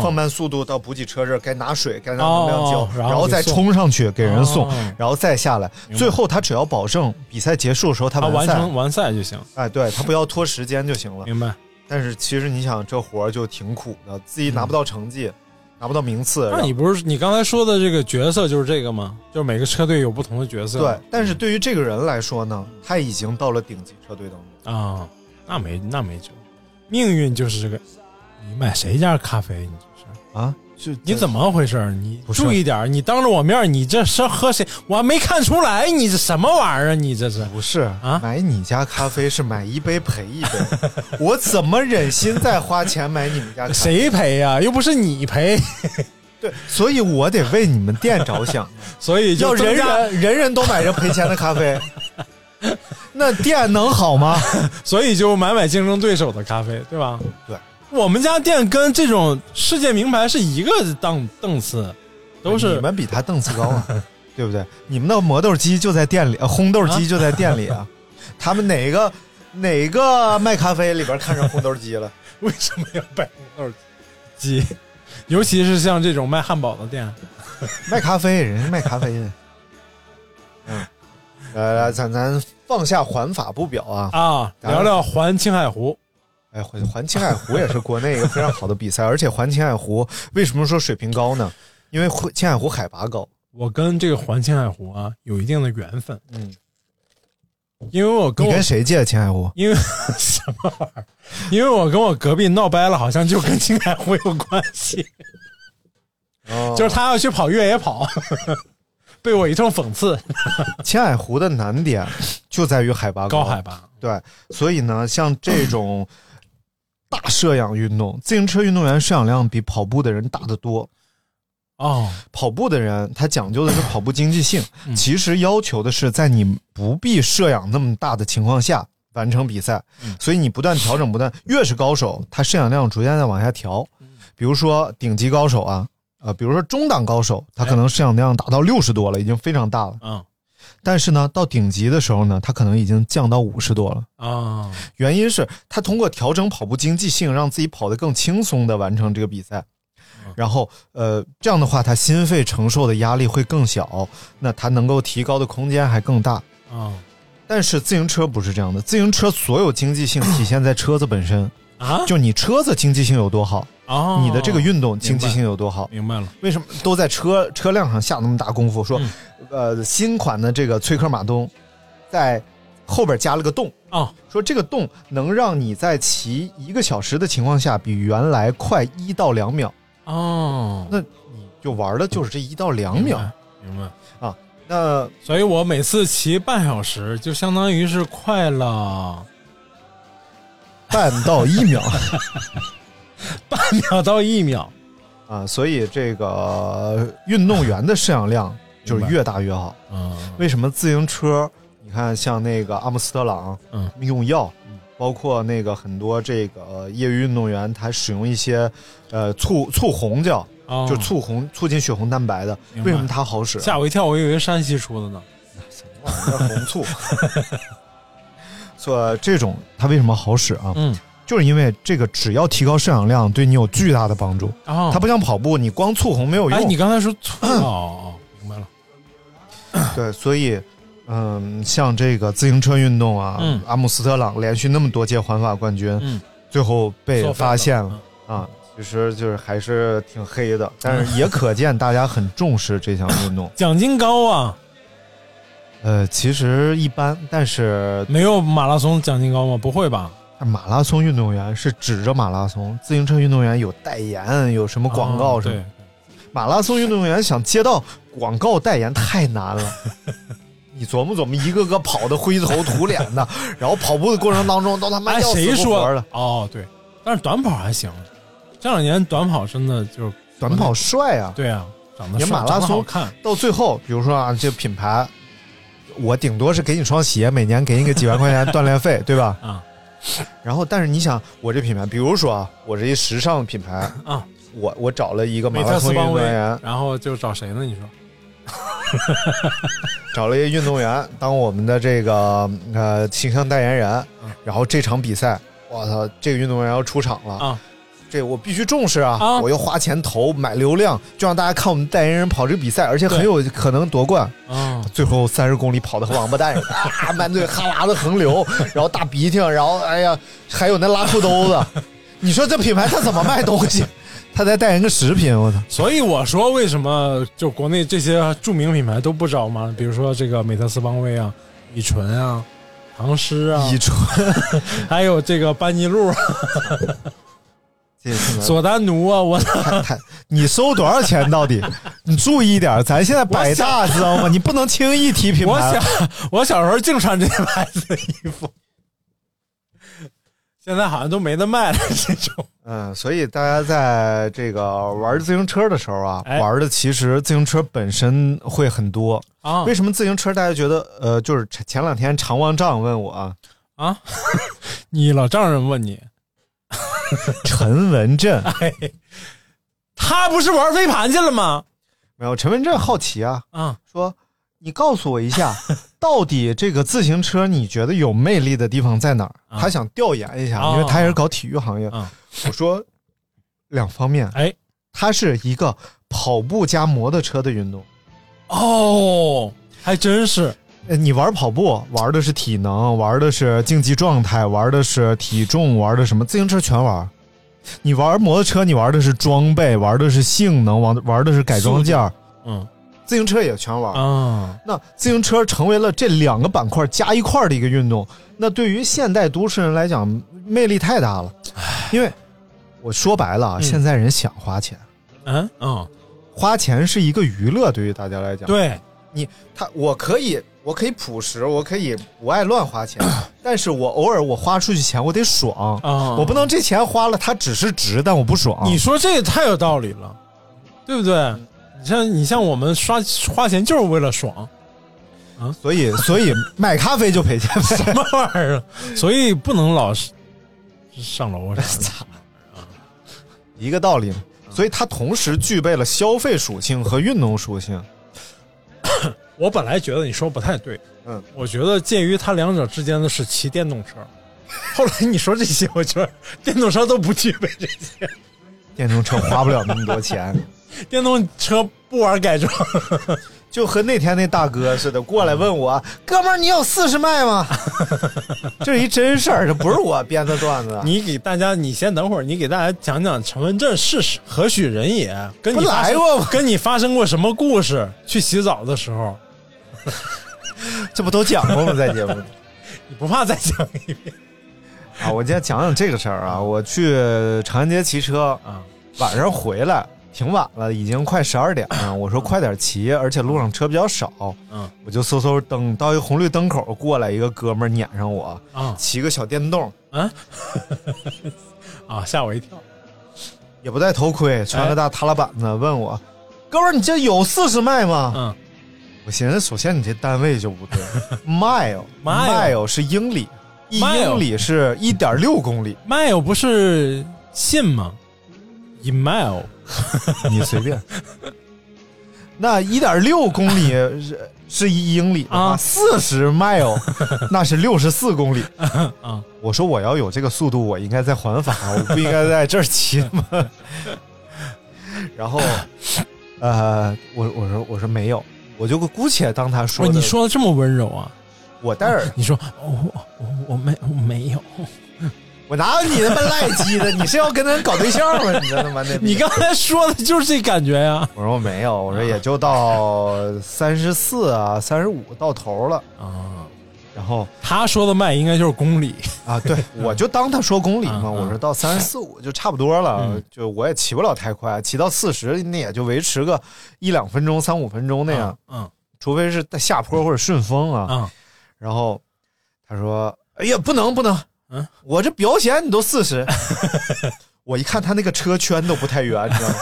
S3: 放慢速度到补给车这儿，该拿水，该拿能量胶
S4: 哦，然后
S3: 然后再
S4: 就送
S3: 冲上去给人送
S4: 哦，
S3: 然后再下来。
S4: 明白
S3: 最后他只要保证比赛结束的时候他
S4: 他完
S3: 赛，
S4: 成完赛就行，
S3: 哎， 对他不要拖时间就行了。
S4: 明白？
S3: 但是其实你想，这活儿就挺苦的，自己拿不到成 绩，拿不到名次。
S4: 那
S3: 然后
S4: 你不是你刚才说的这个角色就是这个吗？就是每个车队有不同的角色。
S3: 对，但是对于这个人来说呢，他已经到了顶级车队当中。
S4: 啊、那没那没辙，命运就是这个。你买谁家咖啡？你就是
S3: 啊，就
S4: 嗯你怎
S3: 么
S4: 么回事儿？你
S3: 不是
S4: 注意点儿，你当着我面儿，你这是喝谁？我还没看出来，你这什么玩意儿啊？你这是
S3: 不是
S4: 啊
S3: 买你家咖啡是买一杯赔 一杯，我怎么忍心再花钱买你们家咖啡？
S4: 谁赔呀、又不是你赔，
S3: 对，所以我得为你们店着 想，
S4: 所以就
S3: 要人
S4: 增加
S3: 人人人都买着赔钱的咖 啡，那店能好吗？
S4: 所以就买买竞争对手的咖啡，对吧？
S3: 对，
S4: 我们家店跟这种世界名牌是一个档档次，都
S3: 哎你
S4: 是
S3: 们比 他档次高啊，对不对？你们的磨豆机就在店里，呃烘豆机就在店里啊。他们哪个哪个卖咖啡里边看上红豆鸡 了？
S4: 为什么要摆红豆鸡？ 尤其是像这种卖汉堡的店，啊
S3: 卖咖啡，人家卖咖啡的。嗯，来来，咱咱放下环法不表啊！
S4: 啊，
S3: 当
S4: 聊
S3: 然
S4: 聊环青海湖。
S3: 哎，环环青海湖也是国内一个非常好的比赛，而且环青海湖为什么说水平高呢？因为环青海湖海拔高。
S4: 我跟这个环青海湖啊有一定的缘分，
S3: 嗯，
S4: 因为我跟
S3: 你
S4: 我
S3: 跟谁借的青海湖？
S4: 因为 什么玩意儿？因为我跟我隔壁闹掰了，好像就跟青海湖有关系，
S3: 哦
S4: 就是他要去跑越野跑， 被我一通讽刺，
S3: 哦青海湖的难点就在于海拔
S4: 高海拔。
S3: 对，所以呢，像这种大摄氧运动，自行车运动员摄氧量比跑步的人大得多。
S4: 哦，
S3: 跑步的人他讲究的是跑步经济性，其实要求的是在你不必摄氧那么大的情况下完成比赛。所以你不断调整，不断越是高手，他摄氧量逐渐在往下调。比如说顶级高手啊，呃，比如说中档高手，他可能摄氧量达到六十多了，已经非常大了。
S4: 嗯
S3: 但是呢，到顶级的时候呢，他可能已经降到五十多了。
S4: 啊
S3: 原因是他通过调整跑步经济性，让自己跑得更轻松的完成这个比赛。
S4: 嗯
S3: 然后，呃，这样的话，他心肺承受的压力会更小，那他能够提高的空间还更大。
S4: 啊
S3: 但是自行车不是这样的，自行车所有经济性体现在车子本身，
S4: 啊！
S3: 就你车子经济性有多好，
S4: 哦，
S3: 你的这个运动经济性
S4: 明
S3: 有多好
S4: 白，。明白了。
S3: 为什么都在车车辆上下那么大功夫？说
S4: 嗯，
S3: 呃，新款的这个崔克马东，在后边加了个洞，
S4: 哦，
S3: 说这个洞能让你在骑一个小时的情况下，比原来快一到两秒。
S4: 哦，
S3: 那你就玩的就是这一到两秒
S4: 明白，明白。
S3: 啊。那
S4: 所以我每次骑半小时，就相当于是快了
S3: 半到一秒
S4: 半秒到一秒。
S3: 啊，所以这个运动员的摄氧量就是越大越好。
S4: 嗯
S3: 为什么自行车？你看，像那个阿姆斯特朗，
S4: 嗯，
S3: 用药，包括那个很多这个呃业余运动员，他使用一些呃促促红叫，
S4: 哦，
S3: 就是促红促进血红蛋白的。
S4: 明白
S3: 为什么它好使？
S4: 哦
S3: 啊
S4: 吓我一跳，我以为山西出的呢。
S3: 哇有点红醋。 所以这种它为什么好使啊？
S4: 嗯，
S3: 就是因为这个只要提高摄氧量，对你有巨大的帮助。
S4: 哦，
S3: 它不像跑步，你光促红没有用。
S4: 哎，你刚才说错哦哦，明白了。
S3: 对，所以，嗯，像这个自行车运动啊，
S4: 嗯
S3: 阿姆斯特朗连续那么多届环法冠军，
S4: 嗯，
S3: 最后被
S4: 做饭
S3: 发
S4: 了。
S3: 现了、啊，其实就是还是挺黑的，但是也可见大家很重视这项运动
S4: 奖金高啊，
S3: 呃，其实一般，但是
S4: 没有马拉松奖金高吗？不会吧？
S3: 马拉松运动员是指着马拉松，自行车运动员有代言，有什么广告
S4: 哦
S3: 什么。
S4: 对，
S3: 马拉松运动员想接到广告代言太难 了。你琢磨琢磨，一个个跑的灰头土脸 的，然后跑步的过程当中都他妈
S4: 哎，
S3: 要死
S4: 谁
S3: 不活
S4: 说
S3: 的。？
S4: 哦，对，但是短跑还行，这两年短跑真的就是
S3: 短跑帅啊！
S4: 对啊，长得
S3: 你
S4: 帅
S3: 马拉
S4: 长得好
S3: 松
S4: 看，
S3: 到最后，比如说啊，这品牌，我顶多是给你双鞋，每年给你个几万块钱锻炼 费，对吧？
S4: 啊。
S3: 然后，但是你想，我这品牌，比如说啊，我这一时尚品牌
S4: 啊，
S3: 我我找了一个马
S4: 美
S3: 拉
S4: 特
S3: 松
S4: 斯
S3: 运
S4: 邦
S3: 动
S4: 威，
S3: 员，
S4: 然后就找谁呢？你说
S3: 找了一个运动员当我们的这个呃形象代言人，
S4: 嗯
S3: 然后这场比赛，我操，这个运动员要出场了
S4: 啊！
S3: 这我必须重视啊！
S4: 啊
S3: 我又花钱投买流量，就让大家看我们代言人跑这个比赛，而且很有可能夺冠。
S4: 啊，
S3: 最后三十公里跑的和王八蛋 似的，啊，满嘴哈喇子横流，然后大鼻涕，然后哎呀，还有那拉裤兜 子。你说这品牌他怎么卖东西？他再代言个食品，我操！
S4: 所以我说为什么就国内这些著名品牌都不找马，比如说这个美特斯邦威啊、乙醇啊、唐诗啊，
S3: 乙醇，
S4: 还有这个班尼路、啊、
S3: 这他妈
S4: 索丹奴啊，我
S3: 太太，你收多少钱到 底？你注意点儿，咱现在百大知道吗？你不能轻易提品牌。
S4: 我小 我小时候净穿这些牌子的衣服，现在好像都没得卖了。这种
S3: 嗯，所以大家在这个玩自行车的时候啊，
S4: 哎
S3: 玩的其实自行车本身会很多。
S4: 啊
S3: 为什么自行车大家觉得呃，就是前前两天常王丈问我啊，
S4: 啊，你老丈人问你，
S3: 陈文 振
S4: 他不是玩飞盘去了吗？
S3: 没有？陈文振好奇啊，
S4: 啊，
S3: 说你告诉我一下，到底这个自行车你觉得有魅力的地方在哪儿？
S4: 啊
S3: 他想调研一下，
S4: 啊
S3: 因为他也是搞体育行业。
S4: 啊
S3: 我说两方面，
S4: 哎
S3: 它是一个跑步加摩托车的运动。
S4: 哦，还真是
S3: 呃你玩跑步玩的是体能，玩的是竞技状态，玩的是体重，玩的什么？自行车全玩。你玩摩托车，你玩的是装备，玩的是性能，玩玩的是改装件儿，
S4: 嗯
S3: 自行车也全玩。
S4: 啊
S3: 那自行车成为了这两个板块加一块儿的一个运动，那对于现代都市人来讲，魅力太大了。因为我说白了啊，
S4: 嗯
S3: 现在人想花钱，
S4: 嗯嗯，
S3: 花钱是一个娱乐，对于大家来讲，
S4: 对，
S3: 他我可以，我可以朴实，我可以不爱乱花 钱，但是我偶尔我花出去钱，我得爽，
S4: 啊
S3: 我不能这钱花了，它只是值，但我不爽。
S4: 你说这也太有道理了，对不对？你像你像我们刷花钱就是为 了爽，
S3: 所 以所以买咖啡就赔钱呗。
S4: 什么玩意儿啊？所以不能老是上楼啊 啥的。
S3: 一个道理。所以它同时具备了消费属性和运动属性。
S4: 我本来觉得你说不太对，
S3: 嗯，
S4: 我觉得介于它两者之间的是骑电动车。后来你说这些，我觉得电动车都不具备这些，
S3: 电动车花不了那么多钱，
S4: 电动车不玩 改装，
S3: 就和那天那大哥似的，过来问我：“哥们儿，你有四十迈吗？” 这是一真事儿，这不是我编的段子。
S4: 你给大家，你先等会儿，你给大家讲讲陈文振是谁何许人也，跟你
S3: 不
S4: 发
S3: 来
S4: 生
S3: 过吗
S4: 跟你发生过什么故事？去洗澡的时候，
S3: 这不都讲过吗？在节目里
S4: 你不怕再讲一遍
S3: 啊，我今天讲讲这个事儿啊。我去长安街骑车，
S4: 啊？
S3: 晚上回来挺晚了，已经快十二点了。我说快点骑，而且路上车比较少，
S4: 嗯
S3: 我就嗖嗖蹬到一个红绿灯口，过来一个哥们儿撵上我，
S4: 啊
S3: 骑个小电动，
S4: 啊 啊！吓我一跳！
S3: 也不戴头盔，穿个大踏拉板子，问我：“哥们儿，你这有四十迈吗？”
S4: 嗯
S3: 我寻思，首先你这单位就不对，mile
S4: Mile
S3: 哦是英里，一
S4: Mile
S3: 英里是一点六公里，
S4: ，mile 不是信吗？email
S3: 你随便。那一点六公里是是一英里的话
S4: 啊
S3: 四十 mile 那是六十四公里。
S4: 啊
S3: 我说我要有这个速度，我应该在环法，我不应该在这儿骑吗？ 然后，呃，我我说我说没有，我就姑且当他
S4: 不
S3: 说
S4: 是
S3: 的。
S4: 哦你说的这么温柔啊？
S3: 我戴耳，
S4: 你说哦我我我没我没有，
S3: 我哪有你他妈赖鸡的？你是要跟人搞对象吗？你这他妈那
S4: 你刚才说的就是这感觉呀
S3: 我说我没有，我
S4: 啊
S3: 说也就到三十四啊，三十五到头了。
S4: 啊！
S3: 然后
S4: 他说的迈应该就是公里
S3: 啊， 对，我就当他说公里嘛，
S4: 嗯嗯
S3: 我说到三十四五就差不多了，
S4: 嗯
S3: 就我也骑不了太快，骑到四十那也就维持个一两分钟、三五分钟那样，，
S4: 嗯
S3: 除非是在下坡或者顺风啊。
S4: 嗯
S3: 然后他说：“哎呀，不能不能，
S4: 嗯
S3: 我这表显你都四十。” 我一看他那个车圈都不太圆，你知道吗？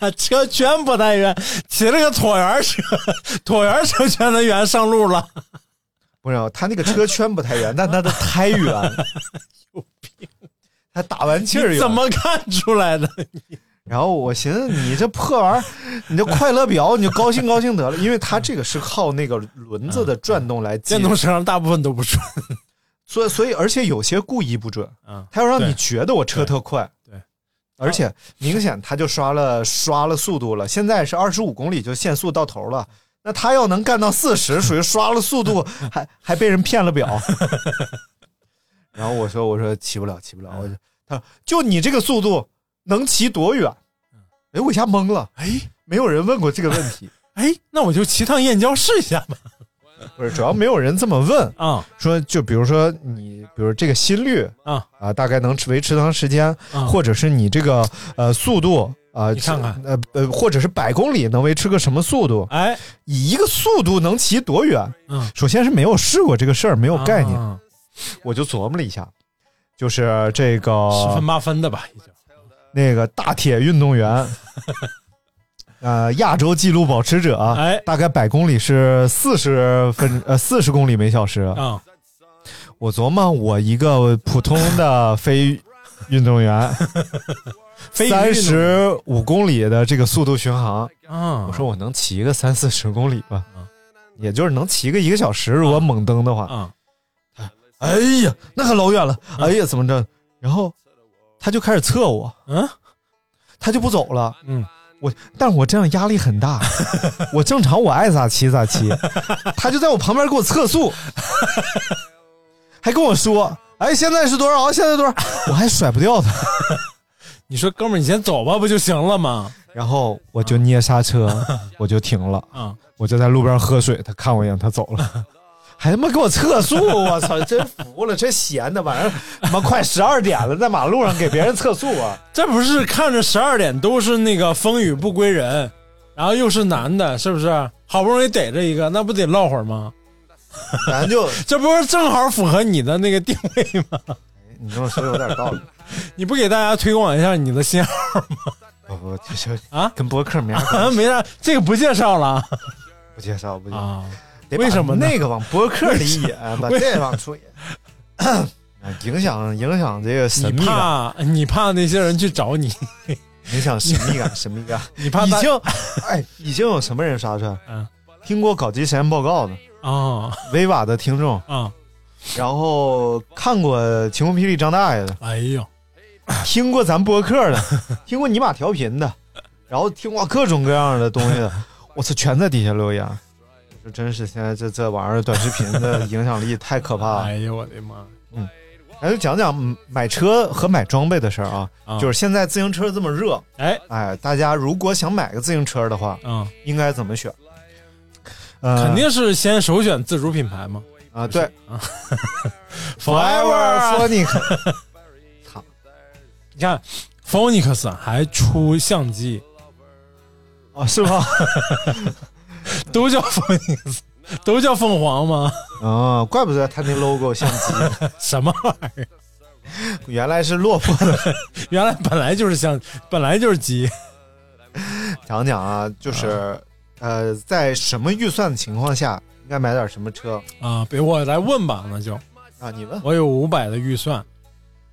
S4: 啊，车圈不太远，骑了个椭圆车， 椭圆车圈的圆上路了。
S3: 不是他那个车圈不太圆，但他的胎圆。 有病！他打完气儿
S4: 你
S3: 圆
S4: 怎么看出来的？
S3: 然后我寻思，你这破玩意儿，你这快乐表，你就高兴高兴得了，因为它这个是靠那个轮子的转动来计
S4: 电动车上大部分都不准。
S3: 所以所以而且有些故意不准，
S4: 啊，
S3: 它要让你
S4: 对
S3: 觉得我车特快，
S4: 对啊对
S3: 而且明显它就刷了刷了速度了，现在是二十五公里就限速到头了，那他要能干到四 十，属于刷了速度，还还被人骗了表。然后我说我说骑不了骑不了，
S4: 嗯
S3: 我说他说就你这个速度能骑多远？
S4: 嗯
S3: 哎，我一下懵了，哎，没有人问过这个问题，
S4: 哎，那我就骑趟燕郊试一下吧。
S3: 不是主要没有人这么问，
S4: 啊
S3: 说就比如说你，比如这个心率
S4: 啊
S3: 啊，大概能持维持多长时间，
S4: 啊
S3: 或者是你这个呃速度啊，
S4: 你看看
S3: 呃呃，或者是百公里能维持个什么速度？
S4: 哎，
S3: 以一个速度能骑多远？
S4: 嗯，
S3: 首先是没有试过这个事儿，没有概念，
S4: 啊
S3: 我就琢磨了一下，就是这
S4: 十
S3: 个
S4: 分八分的吧，已经。
S3: 那个大铁运动 员，呃，亚洲纪录保持者，啊
S4: 哎
S3: 大概百公里是四十分呃四十公里每小时
S4: 啊
S3: 我琢磨，我一个普通的非运动 员，
S4: 非运动
S3: 三
S4: 员
S3: 十五公里的这个速度巡航，
S4: 啊！
S3: 我说我能骑个三四十公里吧
S4: 啊？
S3: 也就是能骑个一个小时，如果猛蹬的话。
S4: 啊
S3: 哎呀，那可老远了，哎呀，怎么着？然后他就开始测我，
S4: 嗯
S3: 他就不走了。
S4: 嗯，
S3: 我，但我这样压力很 大。我正常我爱咋骑咋骑，他就在我旁边给我测速， 还跟我说：“哎，现在是多少？现在多少？”我还甩不掉他。
S4: 你说哥们儿，你先走吧，不就行了吗？
S3: 然后我就捏刹车，
S4: 嗯
S3: 我就停了。
S4: 啊，
S3: 我就在路边喝水，他看我一眼，他走 了，还他妈给我测速，我操，真服了，这闲的晚上他妈快十二点了，在马路上给别人测速 啊！
S4: 这不是看着十二点都是那个风雨不归人，然后又是男的，是不是？好不容易逮着一个，那不得唠会儿吗？
S3: 咱就
S4: 这不是正好符合你的那个定 位吗？
S3: 你这么说有点道理，
S4: 你不给大家推广一下你的啊信号
S3: 不不这这
S4: 啊
S3: 跟博客名
S4: 啊？没啥， 这个不介绍了
S3: 不介绍不介绍，
S4: 啊。
S3: 得把
S4: 为什么呢
S3: 那个往博客里引，把
S4: 为
S3: 这往 出引，啊影响影响这个
S4: 你
S3: 神秘啊感，
S4: 怕你怕那些人去找你，
S3: 影响神秘感，神秘 感。
S4: 你怕
S3: 已
S4: 大
S3: 经哎，已经有什么人刷出来？
S4: 嗯
S3: 听过搞基实验报告的
S4: 啊
S3: 维瓦的听众。
S4: 啊！
S3: 然后看过《晴空霹雳》张大 爷的，
S4: 哎呦，
S3: 听过咱播客的，听过尼玛调频的，然后听过各种各样的东西 的，我操，全在底下留言。这真是现在这这玩意儿短视频 的影响力太可怕了。
S4: 哎呦我的妈！
S3: 咱就讲讲嗯买车和买装备的事儿啊，
S4: 啊
S3: 就是现在自行车这么热，
S4: 哎，
S3: 哎，大家如果想买个自行车的话，
S4: 嗯，
S3: 应该怎么选？呃，
S4: 肯定是先首选自主品牌嘛。
S3: 啊，对
S4: 啊
S3: Sonic，
S4: 你看，Phonics 还出相机，
S3: 哦，是 吗？
S4: 都叫 Phonics，都叫凤凰吗？
S3: 啊，怪不得他那 logo 像极了。
S4: 什么玩意儿？
S3: 原来是落魄的。
S4: 原来本来就是相，本来就是鸡。
S3: 讲讲啊，就是、呃，在什么预算的情况下应该买点什么车
S4: 啊，别我来问吧，那就
S3: 啊？你问。
S4: 我有五百的预算，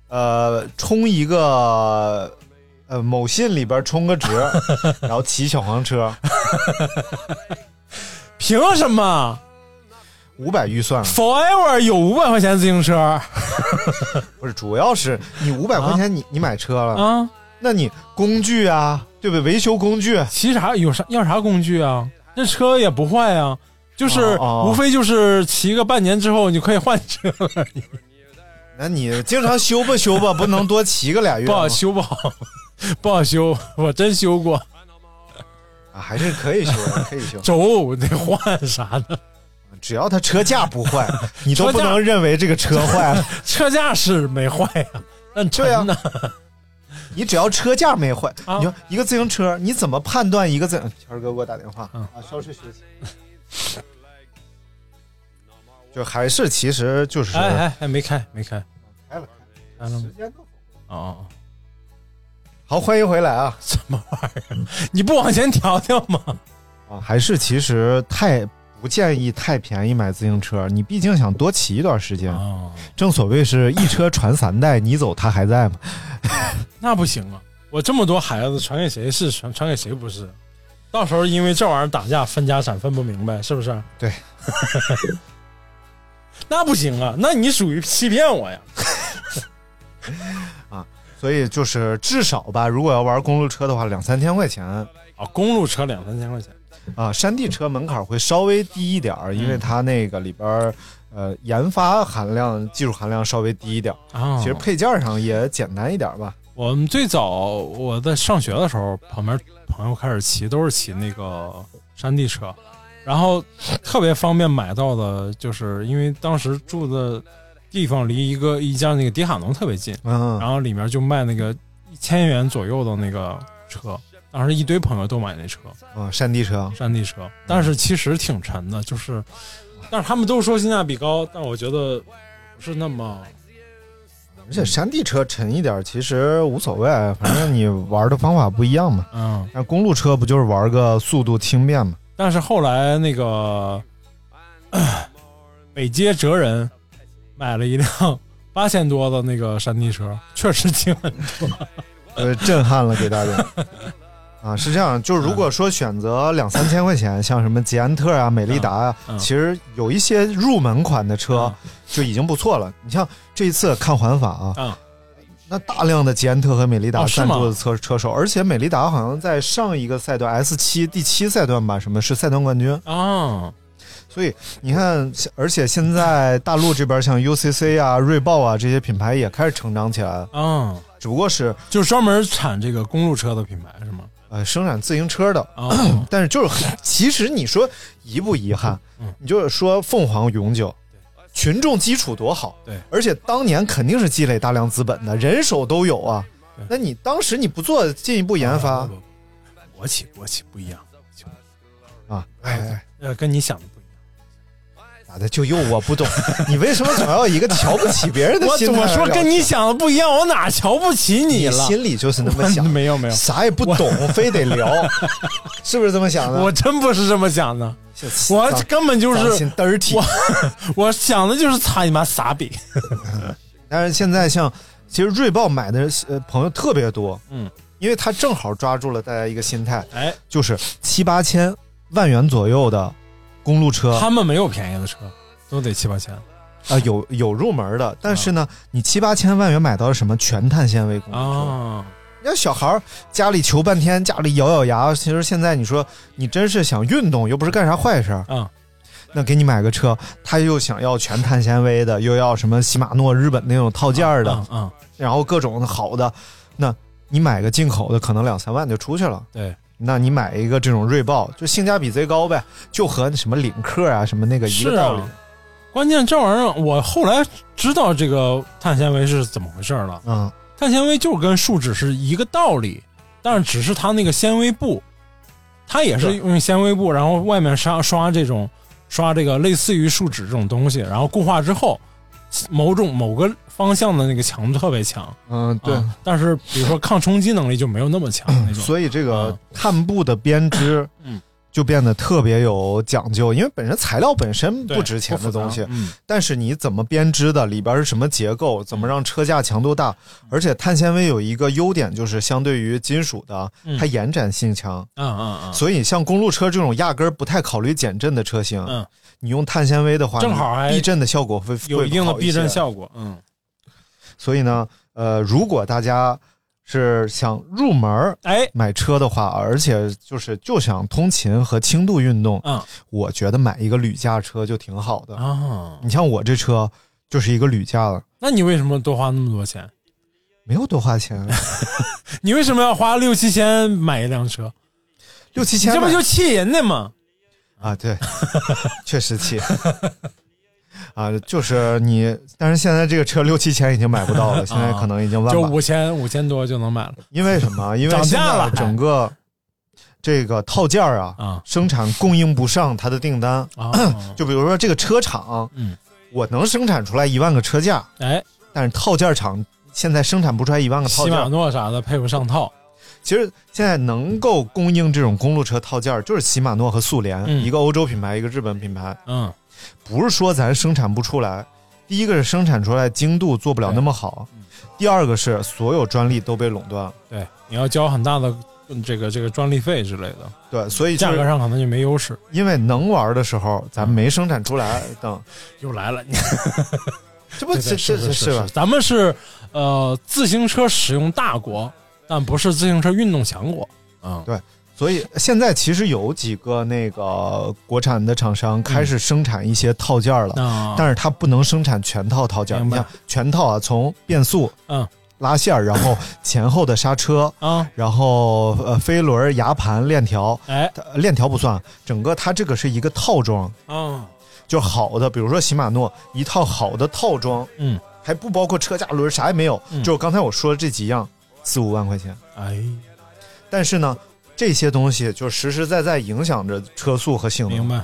S3: 呃，充一个呃某信里边充个 值，然后骑小黄车，
S4: 凭什么
S3: 五百预算了
S4: ？Forever 有五百块钱自行车
S3: 不是，主要是你五百块钱你、你买车了，
S4: 啊？
S3: 那你工具啊，对不对？维修工具。
S4: 骑啥有啥要啥工具啊？那车也不坏啊，就是、
S3: 哦哦
S4: 无非就是骑个半年之后你可以换车了，
S3: 那你经常修吧修吧，不能多骑个俩月
S4: 不
S3: 吗
S4: 好修不好，不好修，我真修过，
S3: 啊，还是可以修的，可以修
S4: 轴得换啥的，
S3: 只要它车架不 坏，你都
S4: 车
S3: 不
S4: 架
S3: 能认为这个车坏了。
S4: 车架是没坏呀、但
S3: 啊
S4: 沉呢、
S3: 你只要车架没坏，
S4: 啊
S3: 你说一个自行车，你怎么判断一个自？谦儿哥给我打电话、
S4: 嗯
S3: 啊，稍事休息。 就还是其实就是
S4: 哎哎哎，没开没开，哎
S3: 开了
S4: 开了吗？
S3: 间够。
S4: 哦哦，
S3: 好，欢迎回来啊！
S4: 什么玩意儿？你不往前调调吗？
S3: 啊，还是其实太不建议太便宜买自行车，你毕竟想多骑一段时间。
S4: 哦，
S3: 正所谓是一车传三代，你走他还在嘛。
S4: 那不行啊！我这么多孩子，传给谁是传传给谁不是？到时候因为这玩意儿打架分家产分不明白，是不是？
S3: 对，
S4: 那不行啊！那你属于欺骗我呀！
S3: 所以就是至少吧，如果要玩公路车的话，两三千块钱
S4: 啊，公路车两三千块钱，
S3: 啊，山地车门槛会稍微低一点
S4: 嗯
S3: 儿，因为它那个里边儿，呃，研发含量、技术含量稍微低一点儿，
S4: 啊
S3: 其实配件上也简单一点儿吧。
S4: 我们最早我在上学的时候，旁边朋友开始骑，都是骑那个山地车，然后特别方便买到的，就是因为当时住的地方离一个一家那个迪卡侬特别近，
S3: 嗯
S4: 然后里面就卖那个一千元左右的那个车，当时一堆朋友都买那车，
S3: 啊，山地车
S4: 山地车，但是其实挺沉的，就是，但是他们都说性价比高，但我觉得不是那么
S3: 而且山地车沉一点儿其实无所谓，反正你玩的方法不一样嘛。
S4: 嗯。
S3: 那公路车不就是玩个速度轻便 嘛？
S4: 但是后来那个呃北街哲人买了一辆八千多的那个山地车，确实挺
S3: 呃，震撼了给大家。啊，是这样，就是如果说选择两三千块钱，像什么捷安特啊、美利达啊，
S4: 嗯嗯嗯
S3: 其实有一些入门款的车就已经不错了。你像这一次看环法啊，
S4: 嗯
S3: 那大量的捷安特和美利达
S4: 哦是
S3: 赞
S4: 吗
S3: 助的车、车手，而且美利达好像在上一个赛段 S 七第七赛段吧，什么是赛段冠军。
S4: 啊，
S3: 所以你看，而且现在大陆这边像 UCC 啊、瑞豹啊这些品牌也开始成长起来了，
S4: 啊，
S3: 只不过是
S4: 就是专门产这个公路车的品牌是吗？
S3: 呃生产自行车的。
S4: 啊，
S3: 但是就是很，其实你说遗不遗憾，
S4: 嗯
S3: 你就是说凤凰永久，群众基础多好，
S4: 对
S3: 而且当年肯定是积累大量资本的，人手都有啊。那你当时你不做进一步研发
S4: 不，不不国企国企不一样，
S3: 啊？哎哎，
S4: 呃，跟你想的不一样。
S3: 咋的？就又我不懂， 你为什么总要以一个瞧不起别人的
S4: 我
S3: 心态
S4: 我说
S3: 而聊
S4: 跟你
S3: 天
S4: 想的不一样，我哪瞧不起
S3: 你
S4: 了？，
S3: 心里就是那么想
S4: 没有没有，
S3: 啥也不懂，非得 聊，是不是这么想的？
S4: 我真不是这么想的，我
S3: 脏
S4: 根本就
S3: 脏
S4: 是
S3: 心 dirty
S4: 我。我想的就是擦你妈傻逼。
S3: 但是现在像其实瑞豹买的呃朋友特别多，
S4: 嗯，
S3: 因为他正好抓住了大家一个心态，
S4: 哎，
S3: 就是七八千万元左右的公路车啊、
S4: 他们没有便宜的车，都得七八千。
S3: 有有入门的，但是
S4: 啊
S3: 呢，你七八千万元买到了什么全碳纤维公路车？
S4: 啊，
S3: 你看小孩儿家里求半天，家里咬咬牙，其实现在你说你真是想运动，又不是干啥坏事儿，
S4: 嗯，
S3: 那给你买个车，他又想要全碳纤维的，又要什么禧玛诺日本那种套件儿的，
S4: 嗯嗯，
S3: 然后各种好的，那你买个进口的，可能两三万就出去了。
S4: 对，
S3: 那你买一个这种锐豹，就性价比贼高呗，就和什么领克啊什么那个一
S4: 是
S3: 个道理
S4: 啊。关键这玩意儿，我后来知道这个碳纤维是怎么回事儿了。
S3: 嗯，
S4: 碳纤维就是跟树脂是一个道理，但是只是它那个纤维布，它也是
S3: 对
S4: 用纤维布，然后外面刷刷这种刷这个类似于树脂这种东西，然后固化之后，某种某个方向的那个强度特别强，
S3: 嗯，对。
S4: 啊但是比如说抗冲击能力就没有那么强那种。
S3: 所以这个
S4: 嗯
S3: 碳布的编织，
S4: 嗯，
S3: 就变得特别有讲究，因为本身材料本身
S4: 对
S3: 不值钱的东西
S4: 不，复杂嗯，
S3: 但是你怎么编织的，里边是什么结构，怎么让车架强度大，
S4: 嗯
S3: 而且碳纤维有一个优点就是相对于金属的，
S4: 嗯
S3: 它延展性强，
S4: 嗯嗯嗯，
S3: 所以像公路车这种压根儿不太考虑减震的车型，
S4: 嗯，
S3: 你用碳纤维的话，
S4: 正好还
S3: 避震的效果会
S4: 有一定的避震。
S3: 会好啊
S4: 效果。嗯，
S3: 些所以呢，呃，如果大家是想入门儿
S4: 哎，
S3: 买车的话，而且就是就想通勤和轻度运动，
S4: 嗯
S3: 我觉得买一个铝架车就挺好的。
S4: 啊，
S3: 你像我这车就是一个铝架了，
S4: 那你为什么多花那么多钱？
S3: 没有多花 钱，
S4: 你为什么要花六七千买一辆车？
S3: 六七
S4: 你
S3: 千
S4: 这不
S3: 买
S4: 就气人的吗？
S3: 啊，对， 确实气。啊，就是你，但是现在这个车六七千已经买不到了，现在可能已经万
S4: 就
S3: 把。
S4: 五千五千多就能买了
S3: 因为什么？因为
S4: 涨
S3: 现
S4: 价了
S3: 在整个这个套件儿啊，
S4: 啊
S3: 生产供应不上它的订单。
S4: 啊！
S3: 就比如说这个车厂，
S4: 嗯，
S3: 我能生产出来一万个车架，
S4: 哎，
S3: 但是套件厂现在生产不出来一万个套
S4: 禧
S3: 件
S4: 玛
S3: 儿。
S4: 诺啥的配不上套，
S3: 其实现在能够供应这种公路车套件儿，就是禧玛诺和速联，
S4: 嗯
S3: 一个欧洲品牌，一个日本品牌。
S4: 嗯，
S3: 不是说咱生产不出来，第一个是生产出来精度做不了那么好，第二个是所有专利都被垄断了。
S4: 对，你要交很大的嗯这个这个专利费之类的，
S3: 对，所以就
S4: 价格
S3: 是
S4: 上可能就没优势。
S3: 因为能玩的时候咱没生产出来，等
S4: 又来了，你
S3: 这不这这这是吧？
S4: 咱们是呃自行车使用大国，但不是自行车运动强国。嗯，
S3: 所以现在其实有几个那个国产的厂商开始生产一些套件了，
S4: 那
S3: 但是它不能生产全套套件。
S4: 嗯明
S3: 你
S4: 白
S3: 看全套啊，从变速、
S4: 嗯
S3: 拉线儿，然后前后的刹车，
S4: 啊，
S3: 然后呃飞轮、牙盘、链条，
S4: 哎
S3: 它呃链条不算，整个它这个是一个套装，
S4: 啊，
S3: 就好的，比如说禧玛诺一套好的套装，
S4: 嗯，
S3: 还不包括车架轮，啥也没有，
S4: 嗯
S3: 就是刚才我说的这几样，四五万块钱。
S4: 哎，
S3: 但是呢，这些东西就实实在在影响着车速和性
S4: 明
S3: 能。
S4: 白，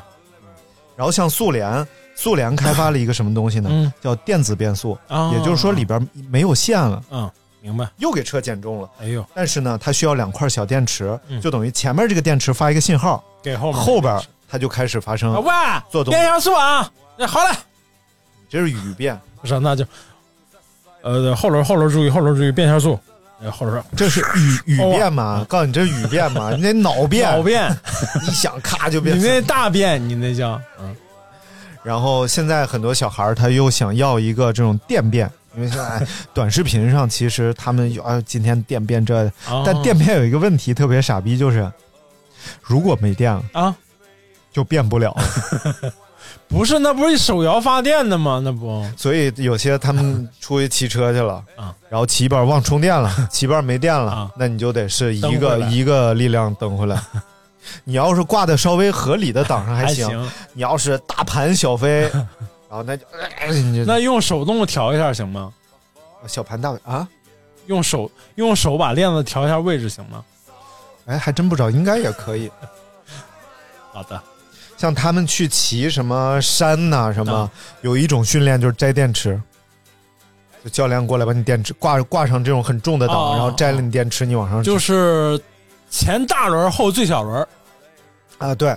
S3: 然后像速联，速联开发了一个什么东西呢？
S4: 嗯
S3: 叫电子变速，
S4: 啊，
S3: 也就是说里边没有线了，
S4: 嗯，明白。
S3: 又给车减重了。
S4: 哎呦，
S3: 但是呢，它需要两块小电池，
S4: 嗯
S3: 就等于前面这个电池发一个信号，
S4: 给后面
S3: 后边它就开始发生，
S4: 啊喂，
S3: 做动
S4: 变像素啊，那好嘞，
S3: 这是语变。
S4: 不是那就呃后轮后轮注意后轮注意变像素，然后后头说
S3: 这是语语变
S4: 哦
S3: 嘛？告诉你这是语变 嘛？你那脑变，
S4: 小便，
S3: 一想咔就
S4: 你
S3: 变。
S4: 那大便，你那叫
S3: 然后现在很多小孩儿他又想要一个这种电变，因为现在短视频上其实他们有啊，今天电变这，
S4: 哦
S3: 但电变有一个问题特别傻逼，就是如果没电了
S4: 啊，
S3: 就变不 了了，
S4: 不是，那不是手摇发电的吗？那不
S3: 所以有些他们出去骑车去了
S4: 啊，
S3: 然后骑一半忘充电 了，骑一半没电了
S4: 啊，
S3: 那你就得是一
S4: 蹬回
S3: 个
S4: 来
S3: 一个力量蹬回来。你要是挂的稍微合理的档上还行，
S4: 行，
S3: 你要是大盘小 飞，然后那就、哎你就
S4: 那用手动调一下行吗？
S3: 小盘大啊，
S4: 用手用手把链子调一下位置行吗？
S3: 哎，还真不知道，应该也可以。
S4: 好的，
S3: 像他们去骑什么山呐、什么、
S4: 啊
S3: 有一种训练就是摘电池，就教练过来把你电池挂挂上这种很重的档，
S4: 哦
S3: 然后摘了你电池，你往上
S4: 就
S3: 去
S4: 是前大轮后最小轮，
S3: 啊，对。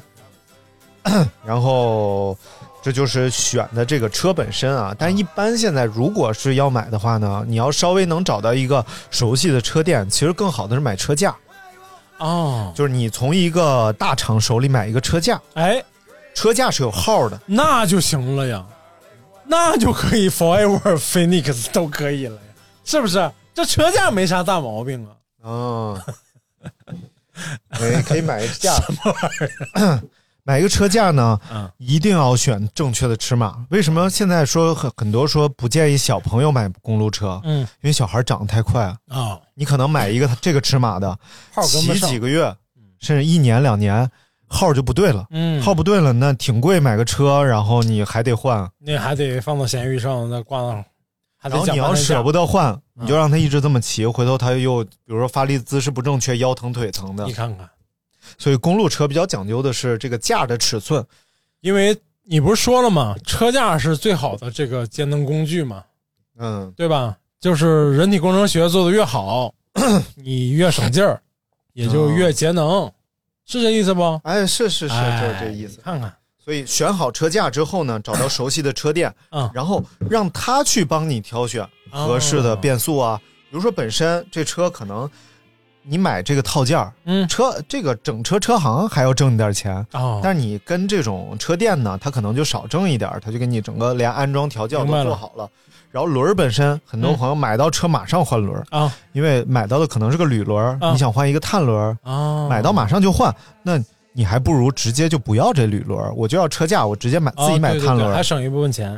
S3: 然后这就是选的这个车本身啊，但一般现在如果是要买的话呢，你要稍微能找到一个熟悉的车店，其实更好的是买车架，
S4: 哦，
S3: 就是你从一个大厂手里买一个车架，
S4: 哎，
S3: 车架是有号 的。
S4: 那就行了呀，那就可以 Forever Phoenix 都可以了呀，是不是？这车架没啥大毛病啊，
S3: 哦， 哎，可以买一个 架， 买一个车架呢，
S4: 嗯
S3: 一定要选正确的尺码。为什么现在说很很多说不建议小朋友买公路车？
S4: 嗯
S3: 因为小孩长得太快啊，
S4: 啊、
S3: 你可能买一个这个尺码的，
S4: 号跟不
S3: 骑
S4: 上
S3: 几个月，甚至一年两年，号就不对了。
S4: 嗯，
S3: 号不对了，那挺贵，买个车，然后你还得换，
S4: 那还得放到闲鱼上再挂到，还
S3: 然
S4: 得
S3: 后
S4: 啊讲
S3: 你要舍不
S4: 得，
S3: 得换，
S4: 嗯
S3: 你就让他一直这么骑，回头他又比如说发力姿势不正确，腰疼腿疼的
S4: 你。看看，
S3: 所以公路车比较讲究的是这个架的尺寸，
S4: 因为你不是说了吗？车架是最好的这个节能工具嘛，
S3: 嗯，
S4: 对吧？就是人体工程学做的越好， 你越省劲儿，也就越节能，是这意思不？
S3: 哎，是哦是是，就是
S4: 哎
S3: 这意思。
S4: 看看，
S3: 所以选好车架之后呢，找到熟悉的车店，
S4: 嗯哦
S3: 然后让他去帮你挑选合适的变速啊。比如说，本身这车可能你买这个套件儿，
S4: 嗯
S3: 车这个整车车行还要挣你点钱，
S4: 哦，
S3: 但是你跟这种车店呢，他可能就少挣一点儿，他就给你整个连安装调教
S4: 明白
S3: 都
S4: 了
S3: 做好了。然后轮儿本身，很多
S4: 嗯
S3: 朋友买到车马上换轮儿，
S4: 啊
S3: 因为买到的可能是个铝轮儿，
S4: 啊
S3: 你想换一个碳轮儿，
S4: 啊，
S3: 买到马上就换，那你还不如直接就不要这铝轮儿，我就要车架，我直接买
S4: 哦
S3: 自己买
S4: 对对
S3: 碳轮
S4: 对
S3: 儿。
S4: 还省一部分钱，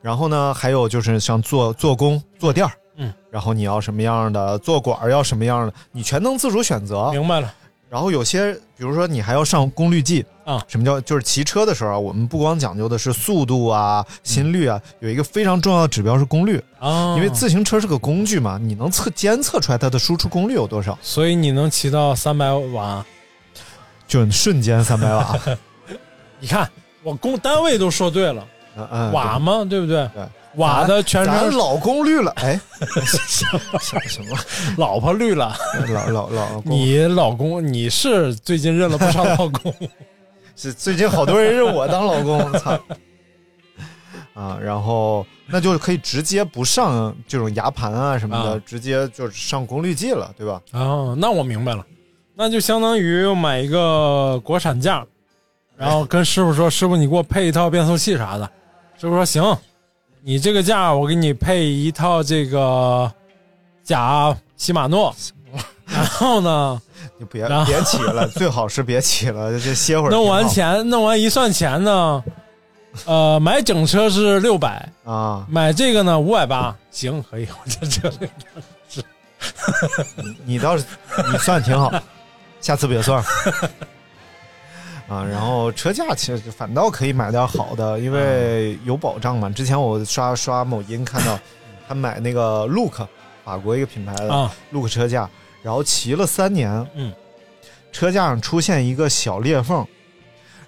S3: 然后呢，还有就是像做做工、坐垫儿，
S4: 嗯，
S3: 然后你要什么样的坐管儿，要什么样的，你全能自主选择。
S4: 明白了，
S3: 然后有些，比如说你还要上功率计
S4: 啊
S3: 什么叫就是骑车的时候啊，我们不光讲究的是速度啊、
S4: 嗯
S3: 心率啊，有一个非常重要的指标是功率，
S4: 啊，
S3: 因为自行车是个工具嘛，你能测监测出来它的输出功率有多少。
S4: 所以你能骑到三百瓦，
S3: 就瞬间三百 瓦，
S4: 你看我公单位都说对了，
S3: 嗯嗯，
S4: 瓦嘛，对不对？
S3: 对
S4: 瓦的全
S3: 咱
S4: 称
S3: 老功率了，哎，什么 什么
S4: 老婆绿了，
S3: 老老 老公
S4: 你老公你是最近认了不少老公，
S3: 是最近好多人认我当老公， 操啊！然后那就可以直接不上这种牙盘啊什么的，
S4: 啊
S3: 直接就是上功率计了，对吧？
S4: 哦，那我明白了，那就相当于买一个国产架，然后跟师傅说：“师傅，你给我配一套变速器啥的。”师傅说：“行，你这个架我给你配一套这个假禧玛诺。”然后呢，
S3: 就别
S4: 然后
S3: 别骑 了，最好是别骑了，就歇会儿挺好。
S4: 弄完钱，弄完一算钱呢，呃，买整车是六百，
S3: 啊，
S4: 买这个呢五百八，行，可以，我这这个
S3: 你倒是你算挺好，下次别算。啊，然后车架其实反倒可以买点好的，因为有保障嘛。之前我刷刷某音看到，他买那个 Look，法国一个品牌的
S4: 啊，
S3: Look 车架，然后骑了三年，
S4: 嗯，
S3: 车架上出现一个小裂缝，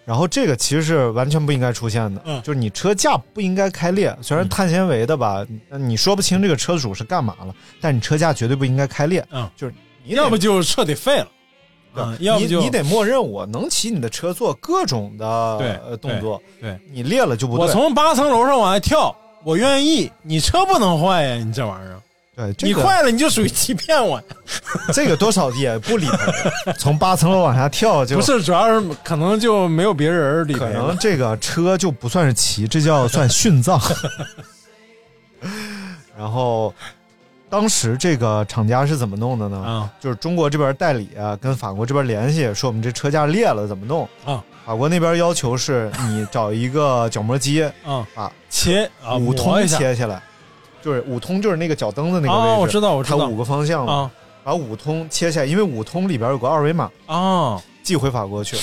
S3: 然后这个其实是完全不应该出现的，
S4: 嗯
S3: 就是你车架不应该开裂，虽然
S4: 嗯
S3: 碳纤维的吧，那你说不清这个车主是干嘛了，但你车架绝对不应该开裂，
S4: 嗯
S3: 就是你得
S4: 要不就彻底废了，
S3: 对
S4: 啊，要不就
S3: 你你得默认我能骑你的车做各种的
S4: 对
S3: 呃动作，
S4: 对
S3: 你裂了就不对。
S4: 我从八层楼上往外跳，我愿意。你车不能坏呀，你这玩意儿
S3: 对，这
S4: 你
S3: 个
S4: 快了你就属于欺骗我，
S3: 这个多少也不理赔，从八层楼往下跳就
S4: 不是，主要是可能就没有别人理赔
S3: 可
S4: 了
S3: 能这个车就不算是骑，这叫算殉葬。 然后，当时这个厂家是怎么弄的呢？
S4: 啊
S3: 就是中国这边代理啊，跟法国这边联系，说我们这车架裂了，怎么弄？
S4: 啊
S3: 法国那边要求是你找一个角磨机
S4: 啊
S3: 把
S4: 切啊
S3: 五
S4: 磨一
S3: 通
S4: 下
S3: 切下来，就是五通就是那个脚蹬子那个位置，
S4: 啊，我知道我知
S3: 它
S4: 道
S3: 五个方向嘛，
S4: 啊
S3: 把五通切下来，因为五通里边有个二维码，
S4: 啊
S3: 寄回法国去，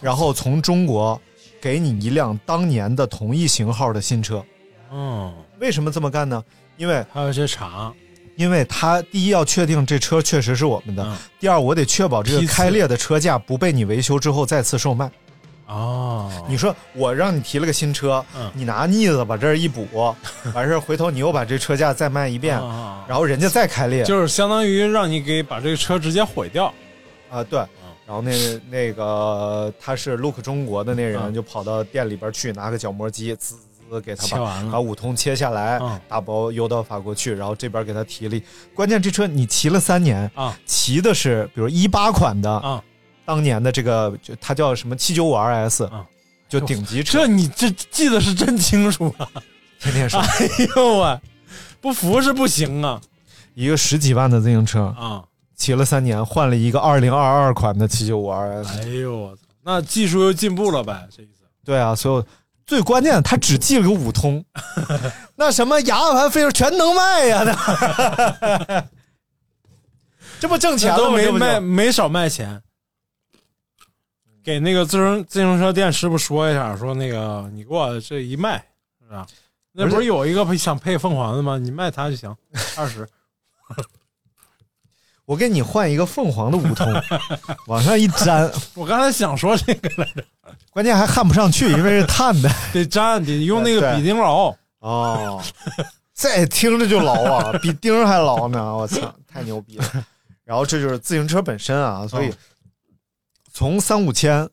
S3: 然后从中国给你一辆当年的同一型号的新车。
S4: 嗯，
S3: 为什么这么干呢？因为
S4: 还有些查
S3: 因为他第一要确定这车确实是我们的，
S4: 嗯
S3: 第二我得确保这个
S4: 批次哦
S3: 开裂的车架不被你维修之后再次售卖。
S4: 啊，
S3: 你说我让你提了个新车，
S4: 嗯
S3: 你拿腻子把这儿一 补，完事儿回头你又把这车架再卖一遍，
S4: 啊
S3: 然后人家再开裂，
S4: 就是相当于让你给把这个车直接毁掉
S3: 啊，对，
S4: 嗯
S3: 然后那那个他是 Look 中国的那人，
S4: 嗯
S3: 就跑到店里边去拿个角磨机，滋滋滋给他
S4: 切
S3: 把
S4: 完了
S3: 把五通切下来
S4: 嗯，
S3: 打包邮到法国去，然后这边给他提了一。关键这车你骑了三年，
S4: 啊
S3: 骑的是比如一八款的，
S4: 啊，
S3: 当年的这个就它叫什么七九五 RS，
S4: 嗯
S3: 就顶级车
S4: 这，你这记得是真清楚啊！
S3: 天天说
S4: 哎呦喂，不服是不行啊
S3: 一个十几万的自行车，
S4: 啊！
S3: 骑了三年，换了一个二零二二款的七九五 RS。
S4: 哎呦我操，那技术又进步了呗，这意思
S3: 对啊，所有最关键的，他只记了个五 通，那什么牙盘费用全能卖呀、 那这不挣钱了
S4: 这都
S3: 吗
S4: 没
S3: 这不就
S4: 卖没少卖钱。给那个自行自行车店师傅说一下，说那个你给我这一卖是吧？那不
S3: 而
S4: 是有一个想配凤凰的吗？你卖它就行，二 十
S3: 我给你换一个凤凰的五通，往上一粘，
S4: 我刚才想说这个来着，
S3: 关键还焊不上去，因为是碳的。
S4: 得粘，得用那个
S3: 对
S4: 比丁牢。
S3: 哦，再听着就牢啊，比钉儿还牢呢！ 我操，太牛逼了。然后这就是自行车本身啊，所以
S4: 嗯
S3: 从三五千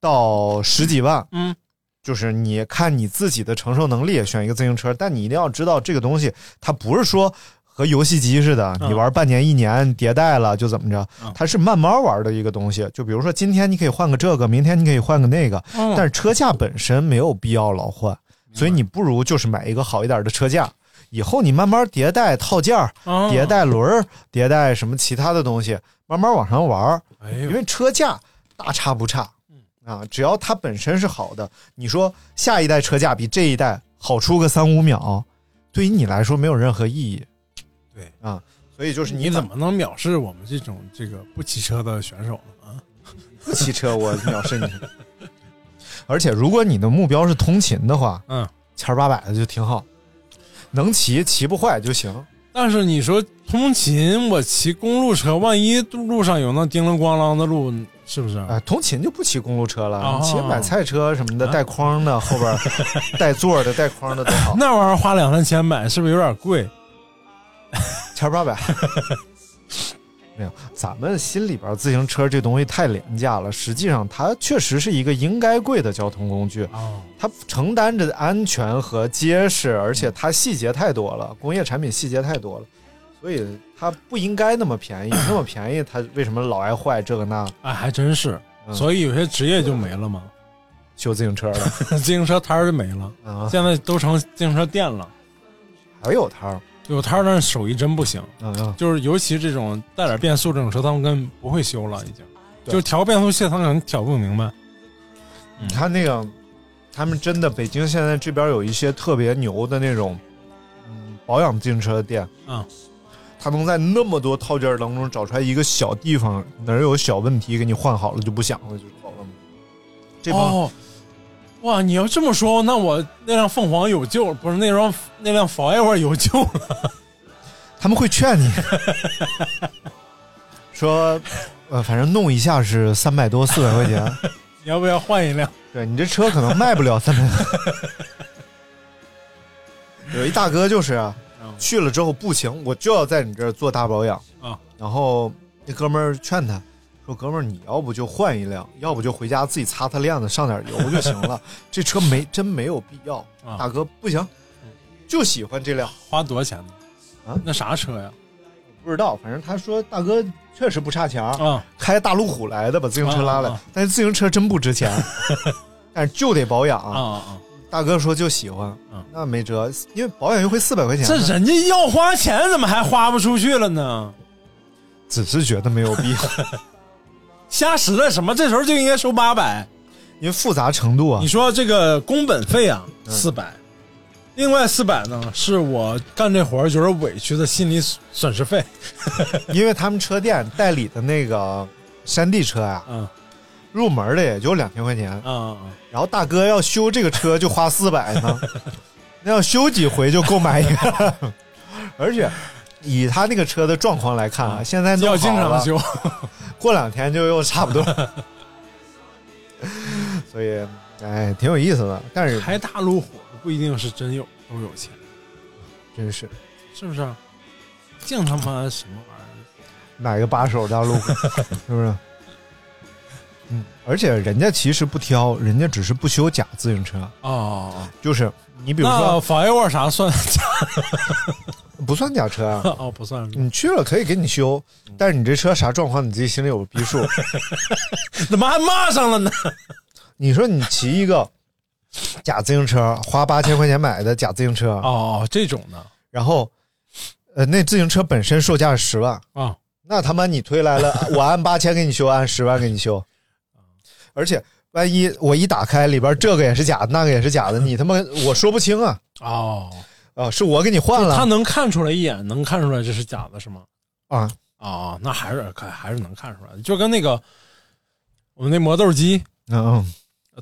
S3: 到十几万，
S4: 嗯，
S3: 就是你看你自己的承受能力选一个自行车，但你一定要知道这个东西它不是说。和游戏机似的，
S4: 嗯
S3: 你玩半年一年迭代了就怎么着
S4: 嗯，
S3: 它是慢慢玩的一个东西。就比如说今天你可以换个这个，明天你可以换个那个，
S4: 嗯
S3: 但是车架本身没有必要老换，所以你不如就是买一个好一点的车架，以后你慢慢迭代套件儿、
S4: 啊
S3: 迭，代轮儿、迭代什么其他的东西，慢慢往上玩儿，
S4: 哎
S3: 因
S4: 呦，嗯
S3: 为车架大差不差，啊，只要它本身是好的，你说下一代车架比这一代好出个三五秒，对于你来说没有任何意义，
S4: 对
S3: 啊，所以就是
S4: 你
S3: 你
S4: 怎么能藐视我们这种这个不骑车的选手呢？啊，
S3: 不骑车，我藐视你。而且，如果你的目标是通勤的话，
S4: 嗯，
S3: 千儿八百的就挺好，能骑骑不坏就行。
S4: 但是你说通勤，我骑公路车，万一路上有那叮铃咣啷的路，是不是？
S3: 啊、通勤就不骑公路车了，
S4: 嗯哦嗯
S3: 你骑买菜车什么的，带筐的，后边 儿带座的、带筐的都好。
S4: 那玩意儿花两三千买，是不是有点贵？
S3: 千儿八百，没有，咱们心里边儿自行车这东西太廉价了，实际上它确实是一个应该贵的交通工具。
S4: 哦，
S3: 它承担着安全和结
S4: 嗯
S3: 实，而且它细节太多了，工业产品细节太多了，所以它不应该那么 便宜。那么便宜，它为什么老爱坏这个那？
S4: 哎，还真是。
S3: 嗯
S4: 所以有些职业就没了嘛，
S3: 修自行车的
S4: 自行车摊儿就没了，
S3: 啊，
S4: 现在都成自行车店了。
S3: 还有摊儿，
S4: 有摊儿，但是手艺真不行，
S3: 嗯，
S4: 就是尤其这种带点变速这种车，他们根本不会修了，已经。
S3: 对
S4: 就是调变速器，他们可能调不明白。嗯
S3: 你看那个，他们真的北京现在这边有一些特别牛的那种，嗯，保养自行车的店，
S4: 嗯，
S3: 他能在那么多套件儿当中找出来一个小地方哪儿有小问题，给你换好了就不响了，就走了嘛。这帮
S4: 哦，哇！你要这么说，那我那辆凤凰有救，不是那辆那辆 Forever 有救了。
S3: 他们会劝你说，呃，反正弄一下是三百多四百块钱，
S4: 你要不要换一辆？
S3: 对你这车可能卖不了三百多。有一大哥就是啊
S4: 嗯
S3: 去了之后不行，我就要在你这儿做大保养
S4: 啊。
S3: 然后那哥们儿劝他说：“哥们儿，你要不就换一辆，要不就回家自己擦擦链子，上点油就行了。这车没真没有必要。
S4: 啊”
S3: 大哥不行，就喜欢这辆。
S4: 花多少钱呢？
S3: 啊
S4: 那啥车呀？
S3: 不知道，反正他说大哥确实不差钱儿，
S4: 啊，
S3: 开大路虎来的，把自行车拉来，
S4: 啊啊
S3: 但是自行车真不值钱，但是就得保养
S4: 啊啊啊！
S3: 大哥说就喜欢，
S4: 嗯
S3: 那没辙，因为保养一回四百块钱，
S4: 这人家要花钱，怎么还花不出去了呢？
S3: 只是觉得没有必要，
S4: 瞎使了什么？这时候就应该收八百。
S3: 因为复杂程度啊嗯
S4: 你，说这个工本费啊，四百、另外四百呢，是我干这活儿觉得委屈的心理损失费。
S3: 因为他们车店代理的那个山地车啊，
S4: 嗯
S3: 入门的也就两千块钱，
S4: 啊啊
S3: 然后大哥要修这个车就花四百呢，那要修几回就购买一个， 而且以他那个车的状况来看啊，现在
S4: 啊，
S3: 弄
S4: 要经
S3: 好
S4: 常
S3: 了
S4: 修。
S3: 过两天就又差不多了。所以，哎，挺有意思的，但是
S4: 开大路虎不一定是真有都有钱，
S3: 真是
S4: 是不是？净他妈什么玩意儿？
S3: 买个把手大路虎，是不是？嗯，而且人家其实不挑，人家只是不修假自行车，
S4: 哦，
S3: 就是你比如
S4: 那
S3: 说
S4: 法拉沃啥算 假？
S3: 不算假车啊，
S4: 哦，不算，
S3: 你去了可以给你修，但是你这车啥状况你自己心里有逼数。
S4: 怎么还骂上了呢？
S3: 你说你骑一个假自行车，花八千块钱买的假自行车，
S4: 哦，这种的
S3: 然后呃那自行车本身售价十万，
S4: 啊，
S3: 那他妈你推来 了，我按八千给你修，按十万给你修，嗯而且万一我一打开里边这个也是假的，那个也是假的，你他妈我说不清啊
S4: 哦，
S3: 啊，是我给你换
S4: 他
S3: 了
S4: 能看出来一眼，能看出来这是假的，是吗？
S3: 啊，
S4: 哦，那还是看还是能看出来的，就跟那个我们那磨豆机，
S3: 嗯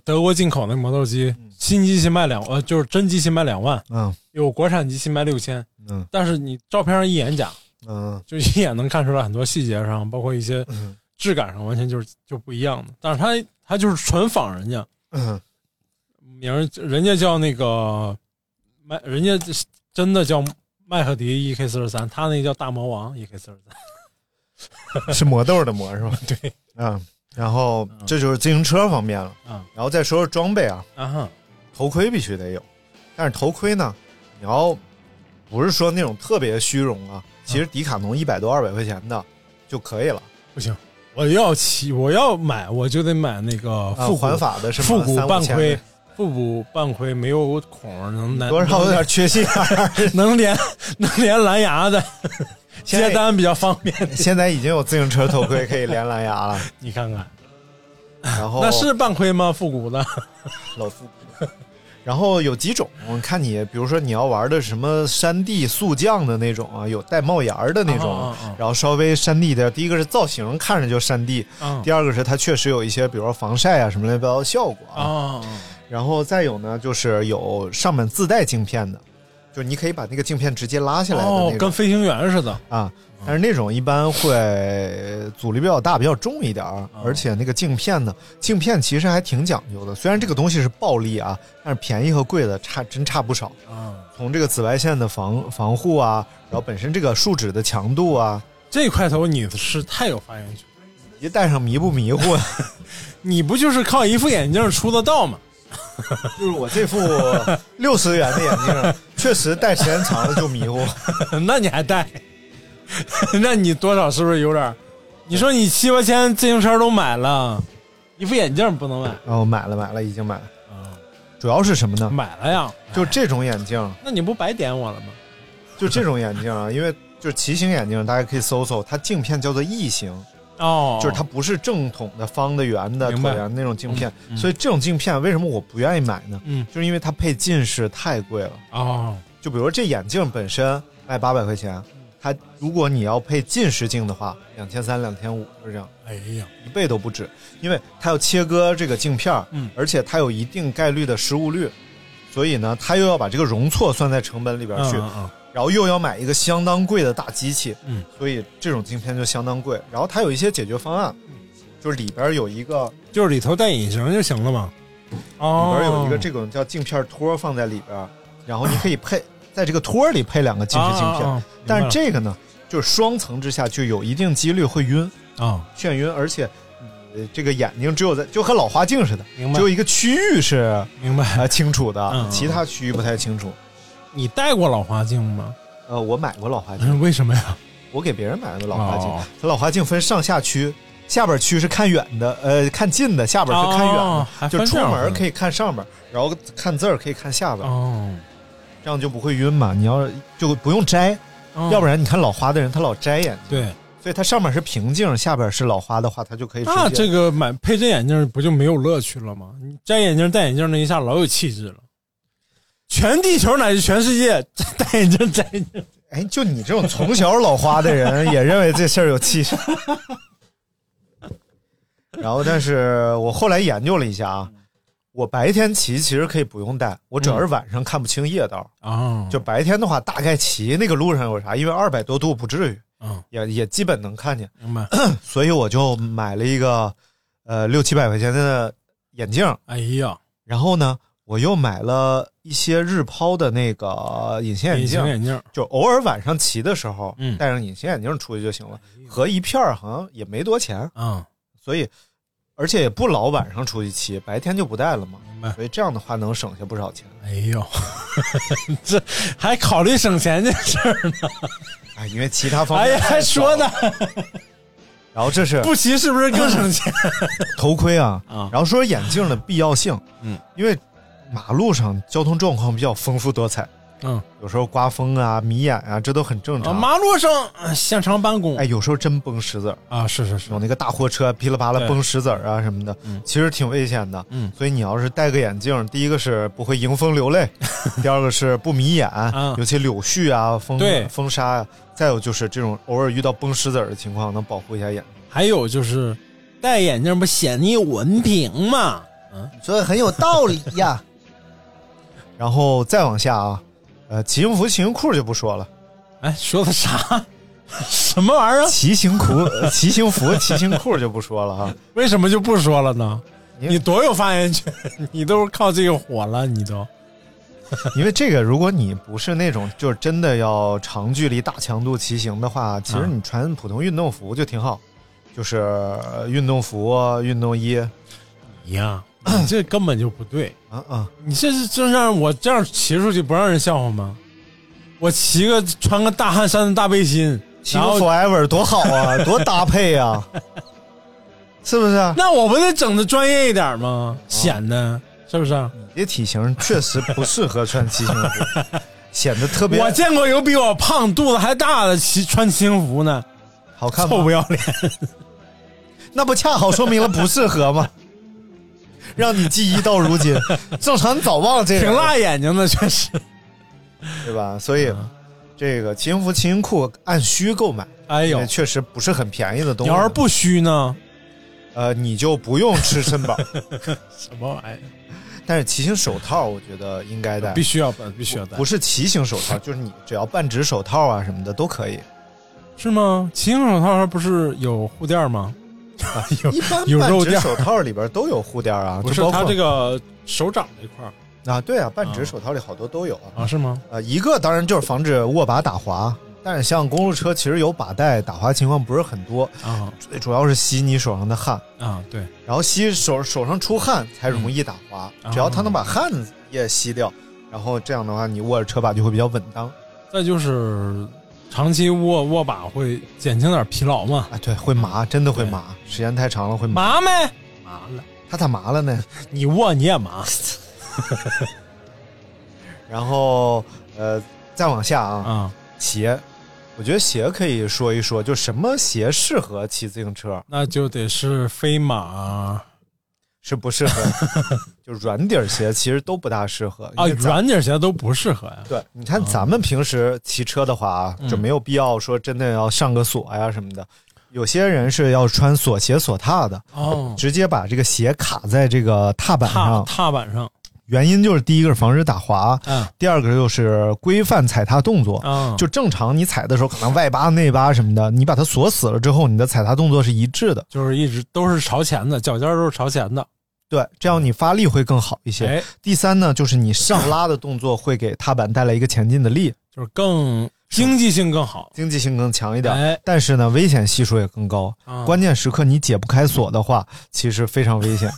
S4: 德国进口那磨豆机，新机新卖两呃，就是真机新卖两万，
S3: 嗯
S4: 有国产机新卖六千，
S3: 嗯
S4: 但是你照片上一眼假，
S3: 嗯
S4: 就一眼能看出来很多细节上，包括一些
S3: 嗯
S4: 质感上完全就是就不一样的。但是它它就是纯仿人家，
S3: 嗯
S4: 名儿人家叫那个麦，人家这是真的叫麦赫迪 E K 四十三，他那叫大魔王 E K 四十三。
S3: 嗯，是磨豆的磨是吧？
S4: 对，
S3: 嗯，然后这就是自行车方面了，
S4: 嗯
S3: 然后再说说装备啊，
S4: 啊哈，
S3: 头盔必须得有，但是头盔呢，你要不是说那种特别虚荣啊，其实迪卡侬一百多二百块钱的就可以了。
S4: 不行，我要骑，我要买，我就得买那个
S3: 啊
S4: 复古、
S3: 环法的是吗
S4: 复古
S3: 三五
S4: 半
S3: 千
S4: 盔，复古半盔没有孔儿，能连
S3: 多少有点缺啊心眼儿。
S4: 能连能连蓝牙的，
S3: 现在
S4: 接单比较方便。
S3: 现在已经有自行车头盔可以连蓝牙了，
S4: 你看看，
S3: 然后
S4: 那是半盔吗？复古的
S3: 老复古。然后有几种，我看你，比如说你要玩的什么山地速降的那种啊，有带帽檐儿的那种，
S4: 啊啊啊
S3: 然后稍微山地的。第一个是造型看着就山地，
S4: 嗯
S3: 第二个是它确实有一些，比如说防晒啊什么乱七八糟的效果啊。
S4: 啊，
S3: 然后再有呢，就是有上面自带镜片的，就是你可以把那个镜片直接拉下来的
S4: 哦
S3: 那，种、
S4: 跟飞行员似的
S3: 啊。但是那种一般会阻力比较大，比较重一点儿，而且那个镜片呢，镜片其实还挺讲究的。虽然这个东西是暴利啊，但是便宜和贵的差真差不少。
S4: 啊。
S3: 从这个紫外线的防防护啊，然后本身这个树脂的强度啊，
S4: 这块头你是太有发言权，
S3: 一戴上迷不迷糊？啊
S4: 你不就是靠一副眼镜出的道吗？
S3: 就是我这副 六十元的眼镜，确实戴时间长了就迷糊。
S4: 那你还带？ 那你多少是不是有点儿？你说你七八千自行车都买了，一副眼镜不能买
S3: 然后哦买了买了，已经买了。
S4: 啊？
S3: 主要是什么呢？
S4: 买了呀？
S3: 就这种眼镜，
S4: 那你不白点我了吗？
S3: 就这种眼镜啊， 因为就是骑行眼镜，大家可以搜搜，它镜片叫做异形，
S4: 哦，
S3: 就是它不是正统的方的、圆的、
S4: 明
S3: 椭
S4: 白
S3: 圆的那种镜片，
S4: 嗯嗯
S3: 所以这种镜片为什么我不愿意买呢？
S4: 嗯
S3: 就是因为它配近视太贵了。
S4: 哦，
S3: 就比如这眼镜本身卖八百块钱，它如果你要配近视镜的话，两千三、两千五是这样，
S4: 哎呀，
S3: 一倍都不止，因为它要切割这个镜片儿，
S4: 嗯
S3: 而且它有一定概率的失误率，所以呢，它又要把这个容错算在成本里边去。
S4: 嗯嗯
S3: 然后又要买一个相当贵的大机器，
S4: 嗯，
S3: 所以这种镜片就相当贵。然后它有一些解决方案，就是里边有一个
S4: 嗯，就是里头带隐形就行了嘛。
S3: 里
S4: 哦，
S3: 边有一个这种叫镜片托放在里边，然后你可以配在这个托里配两个近视镜片，
S4: 啊啊啊
S3: 但是
S4: 明
S3: 这个呢，就是双层之下就有一定几率会晕
S4: 白了啊，
S3: 眩晕，而且。呃这个眼睛只有在就和老花镜似的，
S4: 明白
S3: 只有一个区域是
S4: 明白。
S3: 呃清楚的，
S4: 嗯嗯
S3: 其他区域不太清楚。
S4: 你戴过老花镜吗？
S3: 嗯、呃，我买过老花镜，
S4: 嗯为什么呀？
S3: 我给别人买的老花镜
S4: 哦，
S3: 它老花镜分上下区，下边区是看远的，呃，看近的，下边是看远的，
S4: 哦还
S3: 就
S4: 分
S3: 出
S4: 这样
S3: 门可以看上边，然后看字儿可以看下边，
S4: 哦，
S3: 这样就不会晕嘛。你要就不用摘，
S4: 哦
S3: 要不然你看老花的人他老摘眼睛，
S4: 对，
S3: 所以它上面是平镜，下边是老花的话，他就可以
S4: 那
S3: 直接
S4: 这个买配这眼镜不就没有乐趣了吗？你摘眼镜戴眼镜那一下老有气质了，全地球乃至全世界 戴眼镜摘眼镜，
S3: 哎，就你这种从小老花的人，也认为这事儿有气势。然后，但是我后来研究了一下啊，我白天骑其实可以不用戴，我主要
S4: 嗯
S3: 是晚上看不清夜道。
S4: 啊
S3: 就白天的话，大概骑那个路上有啥，因为二百多度不至于，
S4: 嗯，
S3: 也也基本能看见，
S4: 明白。
S3: 所以我就买了一个呃六七百块钱的眼镜，
S4: 哎呀，
S3: 然后呢，我又买了一些日抛的那个隐形眼
S4: 隐
S3: 镜
S4: 形，眼镜
S3: 就偶尔晚上骑的时候，
S4: 嗯哎
S3: 戴上隐形眼镜出去就行了，合一片儿好像也没多钱，
S4: 啊，
S3: 所以而且也不老晚上出去骑，白天就不戴了嘛，
S4: 明白。
S3: 所以这样的话能省下不少钱。
S4: 哎呦，这还考虑省钱这事儿呢？
S3: 哎，因为其他 方
S4: 哎
S3: 面
S4: 呀，还
S3: 太少了
S4: 说呢，
S3: 然后这是
S4: 不骑是不是更省 钱？
S3: 头盔啊，
S4: 啊
S3: 然后说眼镜的必要性，
S4: 嗯，
S3: 因为马路上交通状况比较丰富多彩，
S4: 嗯，
S3: 有时候刮风啊、迷眼啊，这都很正
S4: 啊，
S3: 常。
S4: 马路上呃香肠搬拱
S3: 哎，有时候真崩石子儿，
S4: 啊，是是是
S3: 有，那个大货车噼里啪啦
S4: 对
S3: 崩石子儿啊什么的，
S4: 嗯
S3: 其实挺危险的。
S4: 嗯
S3: 所以你要是戴个眼镜，第一个是不会迎风流 泪，第二个是不迷眼，
S4: 嗯
S3: 尤其柳絮啊、风
S4: 对
S3: 风沙啊，再有就是这种偶尔遇到崩石子儿的情况，能保护一下眼。
S4: 还有就是戴眼镜不显你有文凭吗？
S6: 说的很有道理呀。
S3: 然后再往下啊，呃，骑行服、骑行裤就不说了，
S4: 哎，说的啥？ 什么 玩意儿？啊
S3: 骑行裤、呃骑行服、 骑行裤就不说了哈。
S4: 为什么就不说了呢？
S3: 你
S4: 你多有发言权， 你都是靠这个火了，你都
S3: 因为这个，如果你不是那种就是真的要长距离大强度骑行的话，
S4: 嗯
S3: 其实你穿普通运动服就挺好，就是呃运动服、运动衣啊
S4: 一样，你 这根本就不对。
S3: 啊，
S4: 你这是真让我这样骑出去不让人笑话吗？我骑个穿个大汗衫的大背心，
S3: 骑
S4: 然
S3: 个
S4: 后
S3: Forever 多好 啊，多搭配啊，是不是啊？
S4: 那我不得整的专业一点
S3: 哦
S4: 吗？显得是不是？
S3: 你这体型确实不适合穿骑行服， 显得特别
S4: 我见过有比我胖、肚子还大的骑穿骑行服呢，
S3: 好看吗
S4: 臭不？要 脸！
S3: 那不恰好说明了不适合吗？让你记忆到如今，正常你早忘了这个
S4: 挺
S3: 人了
S4: 辣眼睛的，确实。
S3: 对吧？所以、这个骑行服、骑行裤按需购买，
S4: 嗯哎
S3: 因
S4: 呦
S3: 为，确实不是很便宜的东
S4: 你
S3: 西。
S4: 要是不虚呢？
S3: 呃，你就不用吃绅宝，
S4: 什么玩意
S3: 但是骑行手套我觉得应该戴
S4: 必，须要必须要戴
S3: 不，是骑行手套，就是你只要半指手套啊什么的都可以。
S4: 是吗？骑行手套它不是有护垫 吗？有
S3: 一般
S4: 有
S3: 半
S4: 肉
S3: 指
S4: 垫儿
S3: 手套里边都有护垫啊，
S4: 哎不是
S3: 就包括
S4: 它这个手掌这块儿
S3: 啊，对啊，半指
S4: 啊
S3: 手套里好多都有啊。
S4: 啊？是吗？
S3: 呃，一个当然就是防止握把打滑，但是像公路车其实有把带打滑情况不是很多，
S4: 啊
S3: 最主要是吸你手上的汗。
S4: 啊，对，
S3: 然后吸手手上出汗才容易打滑，
S4: 嗯
S3: 只要它能把汗也吸掉，然后这样的话，你握着车把就会比较稳当
S4: 再就是长期握握把会减轻点疲劳嘛？
S3: 啊。对，会麻，真的会麻，时间太长了会麻。
S4: 麻没？麻了，
S3: 它咋麻了呢？
S4: 你握你也 麻。
S3: 然后呃，再往下啊，
S4: 啊，
S3: 鞋，我觉得鞋可以说一说，就什么鞋适合骑自行车，
S4: 那就得是飞马啊
S3: 是不适合？就软底儿鞋其实都不大适合
S4: 啊，。
S3: 因为咱
S4: 软底鞋都不适合呀。
S3: 对，你看咱们平时骑车的话啊，
S4: 嗯
S3: 就没有必要说真的要上个锁呀、什么的。有些人是要穿锁鞋锁踏的，
S4: 哦，
S3: 直接把这个鞋卡在这个踏板
S4: 踏
S3: 上。
S4: 踏板上，
S3: 原因就是第一个是防止打滑，
S4: 嗯
S3: 第二个就是规范踩踏动作。
S4: 啊，
S3: 就正常你踩的时候，可能外八内八什么的，你把它锁死了之后，你的踩踏动作是一致的。
S4: 就是一直都是朝前的，脚尖儿都是朝前的。
S3: 对，这样你发力会更好一些。
S4: 哎，
S3: 第三呢，就是你上拉的动作会给踏板带来一个前进的力，
S4: 就是更经济性更好。
S3: 经济性更强一点。
S4: 哎，
S3: 但是呢，危险系数也更高。
S4: 啊
S3: 关键时刻你解不开锁的话，其实非常危险。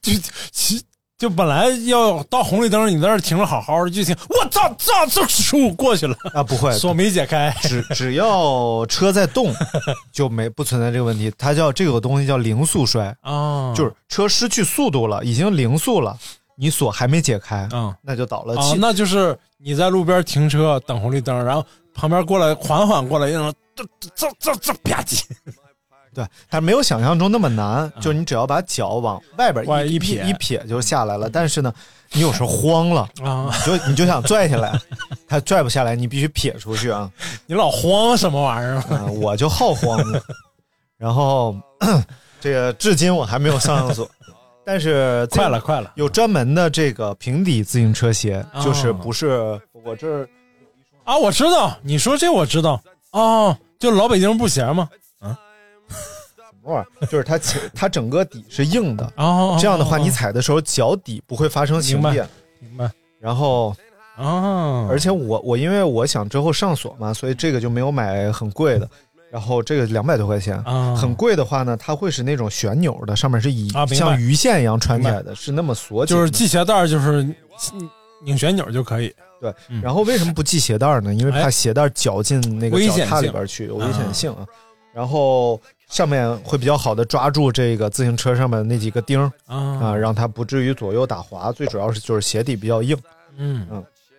S4: 就其就本来要到红绿灯，你在那儿停着好好的，就听我操操这出过去了，
S3: 啊，不会，
S4: 锁没解开，
S3: 只只要车在 动，就没不存在这个问题。它叫这个东西叫零速摔，
S4: 啊，
S3: 就是车失去速度了，已经零速了，你锁还没解开，
S4: 嗯
S3: 那就倒了。
S4: 啊
S3: 呃其，
S4: 那就是你在路边停车等红绿灯，然后旁边过来缓缓过来，然后这这这这吧唧，
S3: 对，但没有想象中那么难，
S4: 啊
S3: 就是你只要把脚往外边
S4: 往
S3: 一
S4: 一撇
S3: 一一撇就下来了。但是呢，你有时候慌了，
S4: 啊，
S3: 你就你就想拽下来，它拽不下来，你必须撇出去啊。
S4: 你老慌什么玩意儿？
S3: 啊，我就好慌呢。然后这个至今我还没有上上锁，但是这
S4: 快了，快了
S3: 有专门的这个平底自行车鞋，
S4: 哦
S3: 就是不是我这儿
S4: 啊！我知道，你说这我知道哦，就老北京布鞋嘛，
S3: 什么玩意儿，就是它前它整个底是硬的，
S4: 哦，
S3: 这样的话你
S4: 才
S3: 踩的时候脚底不会发生形
S4: 明
S3: 变。
S4: 明白哦
S3: 然后，
S4: 啊，
S3: 而且我我因为我想之后上锁嘛，所以这个就没有买很贵的。然后这个两百多块钱，
S4: 嗯啊
S3: 很贵的话呢，它会是那种旋钮的，上面是以
S4: 啊明白
S3: 像鱼线一样穿起
S4: 明白
S3: 来的，是那么锁紧
S4: 就
S3: 的。
S4: 是系鞋带儿就是拧旋钮就可以
S3: 对
S4: 嗯，
S3: 然后为什么不系鞋带呢？因为怕
S4: 哎
S3: 鞋带绞进那个
S4: 危
S3: 脚
S4: 险
S3: 踏里
S4: 性
S3: 边去，有危险性啊。然后上面会比较好的抓住这个自行车上面那几个钉儿啊，
S4: 啊，
S3: 让它不至于左右打滑。最主要是就是鞋底比较硬，
S4: 嗯。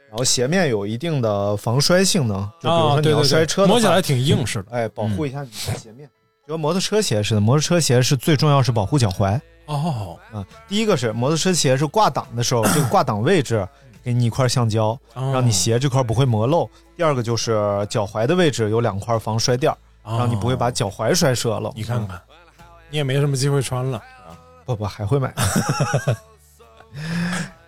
S3: 然后鞋面有一定的防摔性能，就比如
S4: 啊，
S3: 说你
S4: 对
S3: 要
S4: 对
S3: 摔
S4: 对，
S3: 车的话，
S4: 摸起来嗯挺硬实的
S3: 哎，保护一下你的鞋面。就跟摩托车鞋似的，摩托车鞋是最重要是保护脚踝
S4: 哦
S3: 啊。第一个是摩托车鞋是挂档的时 候，这个挂档位置给你一块橡胶，
S4: 哦
S3: 让你鞋这块不会磨漏。第二个就是脚踝的位置有两块防摔垫儿，
S4: 哦
S3: 让你不会把脚踝摔折了。
S4: 你看看，你也没什么机会穿了。
S3: 不不还会买。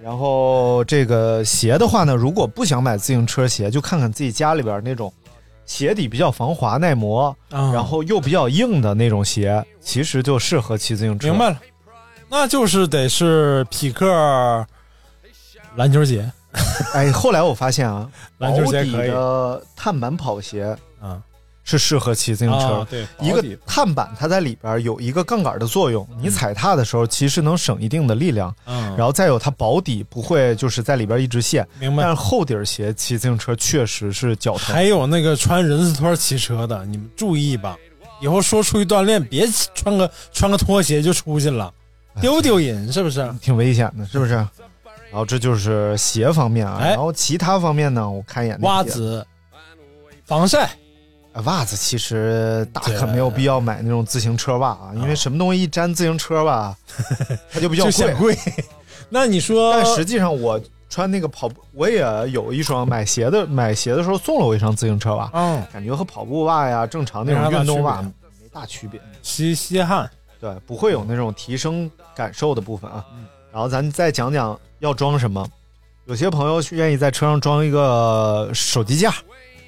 S3: 然后这个鞋的话呢，如果不想买自行车鞋，就看看自己家里边那种鞋底比较防滑耐磨，
S4: 啊
S3: 然后又比较硬的那种鞋，其实就适合骑自行车。
S4: 明白了，那就是得是匹克篮球鞋，
S3: 哎，后来我发现啊，
S4: 篮球鞋
S3: 薄底
S4: 可以
S3: 的碳板跑鞋
S4: 啊
S3: 是适合骑自行车的。
S4: 啊，对，
S3: 一
S4: 薄
S3: 个
S4: 底
S3: 碳板它在里边有一个杠杆的作用，你踩踏的时候其实能省一定的力量，
S4: 嗯，
S3: 然后再有它薄底不会就是在里边一直陷。
S4: 明
S3: 但
S4: 白
S3: 是。厚底儿鞋骑自行车确实是脚疼
S4: 还，有那个穿人字拖骑车的，你们注意吧，以后说出去锻炼，别穿个穿个拖鞋就出去了，
S3: 哎
S4: 丢不丢人是不是？
S3: 挺危险的，是 不是？然后这就是鞋方面啊，
S4: 哎
S3: 然后其他方面呢，我看一眼那
S4: 袜
S3: 些，
S4: 子、防晒，
S3: 哎袜子其实大
S4: 对
S3: 可没有必要买那种自行车袜啊，因为什么东西一沾自行车 吧，它就比较
S4: 就显
S3: 贵。
S4: 贵。 那你说，
S3: 但实际上我穿那个跑步，我也有一双买鞋的，买鞋的时候送了我一双自行车袜，
S4: 嗯，
S3: 感觉和跑步袜呀、正常那种运动袜
S4: 没啥大区
S3: 没大区别，
S4: 吸吸汗，
S3: 对，不会有那种提升感受的部分啊。
S4: 嗯
S3: 然后咱再讲讲要装什么，有些朋友愿意在车上装一个手机架、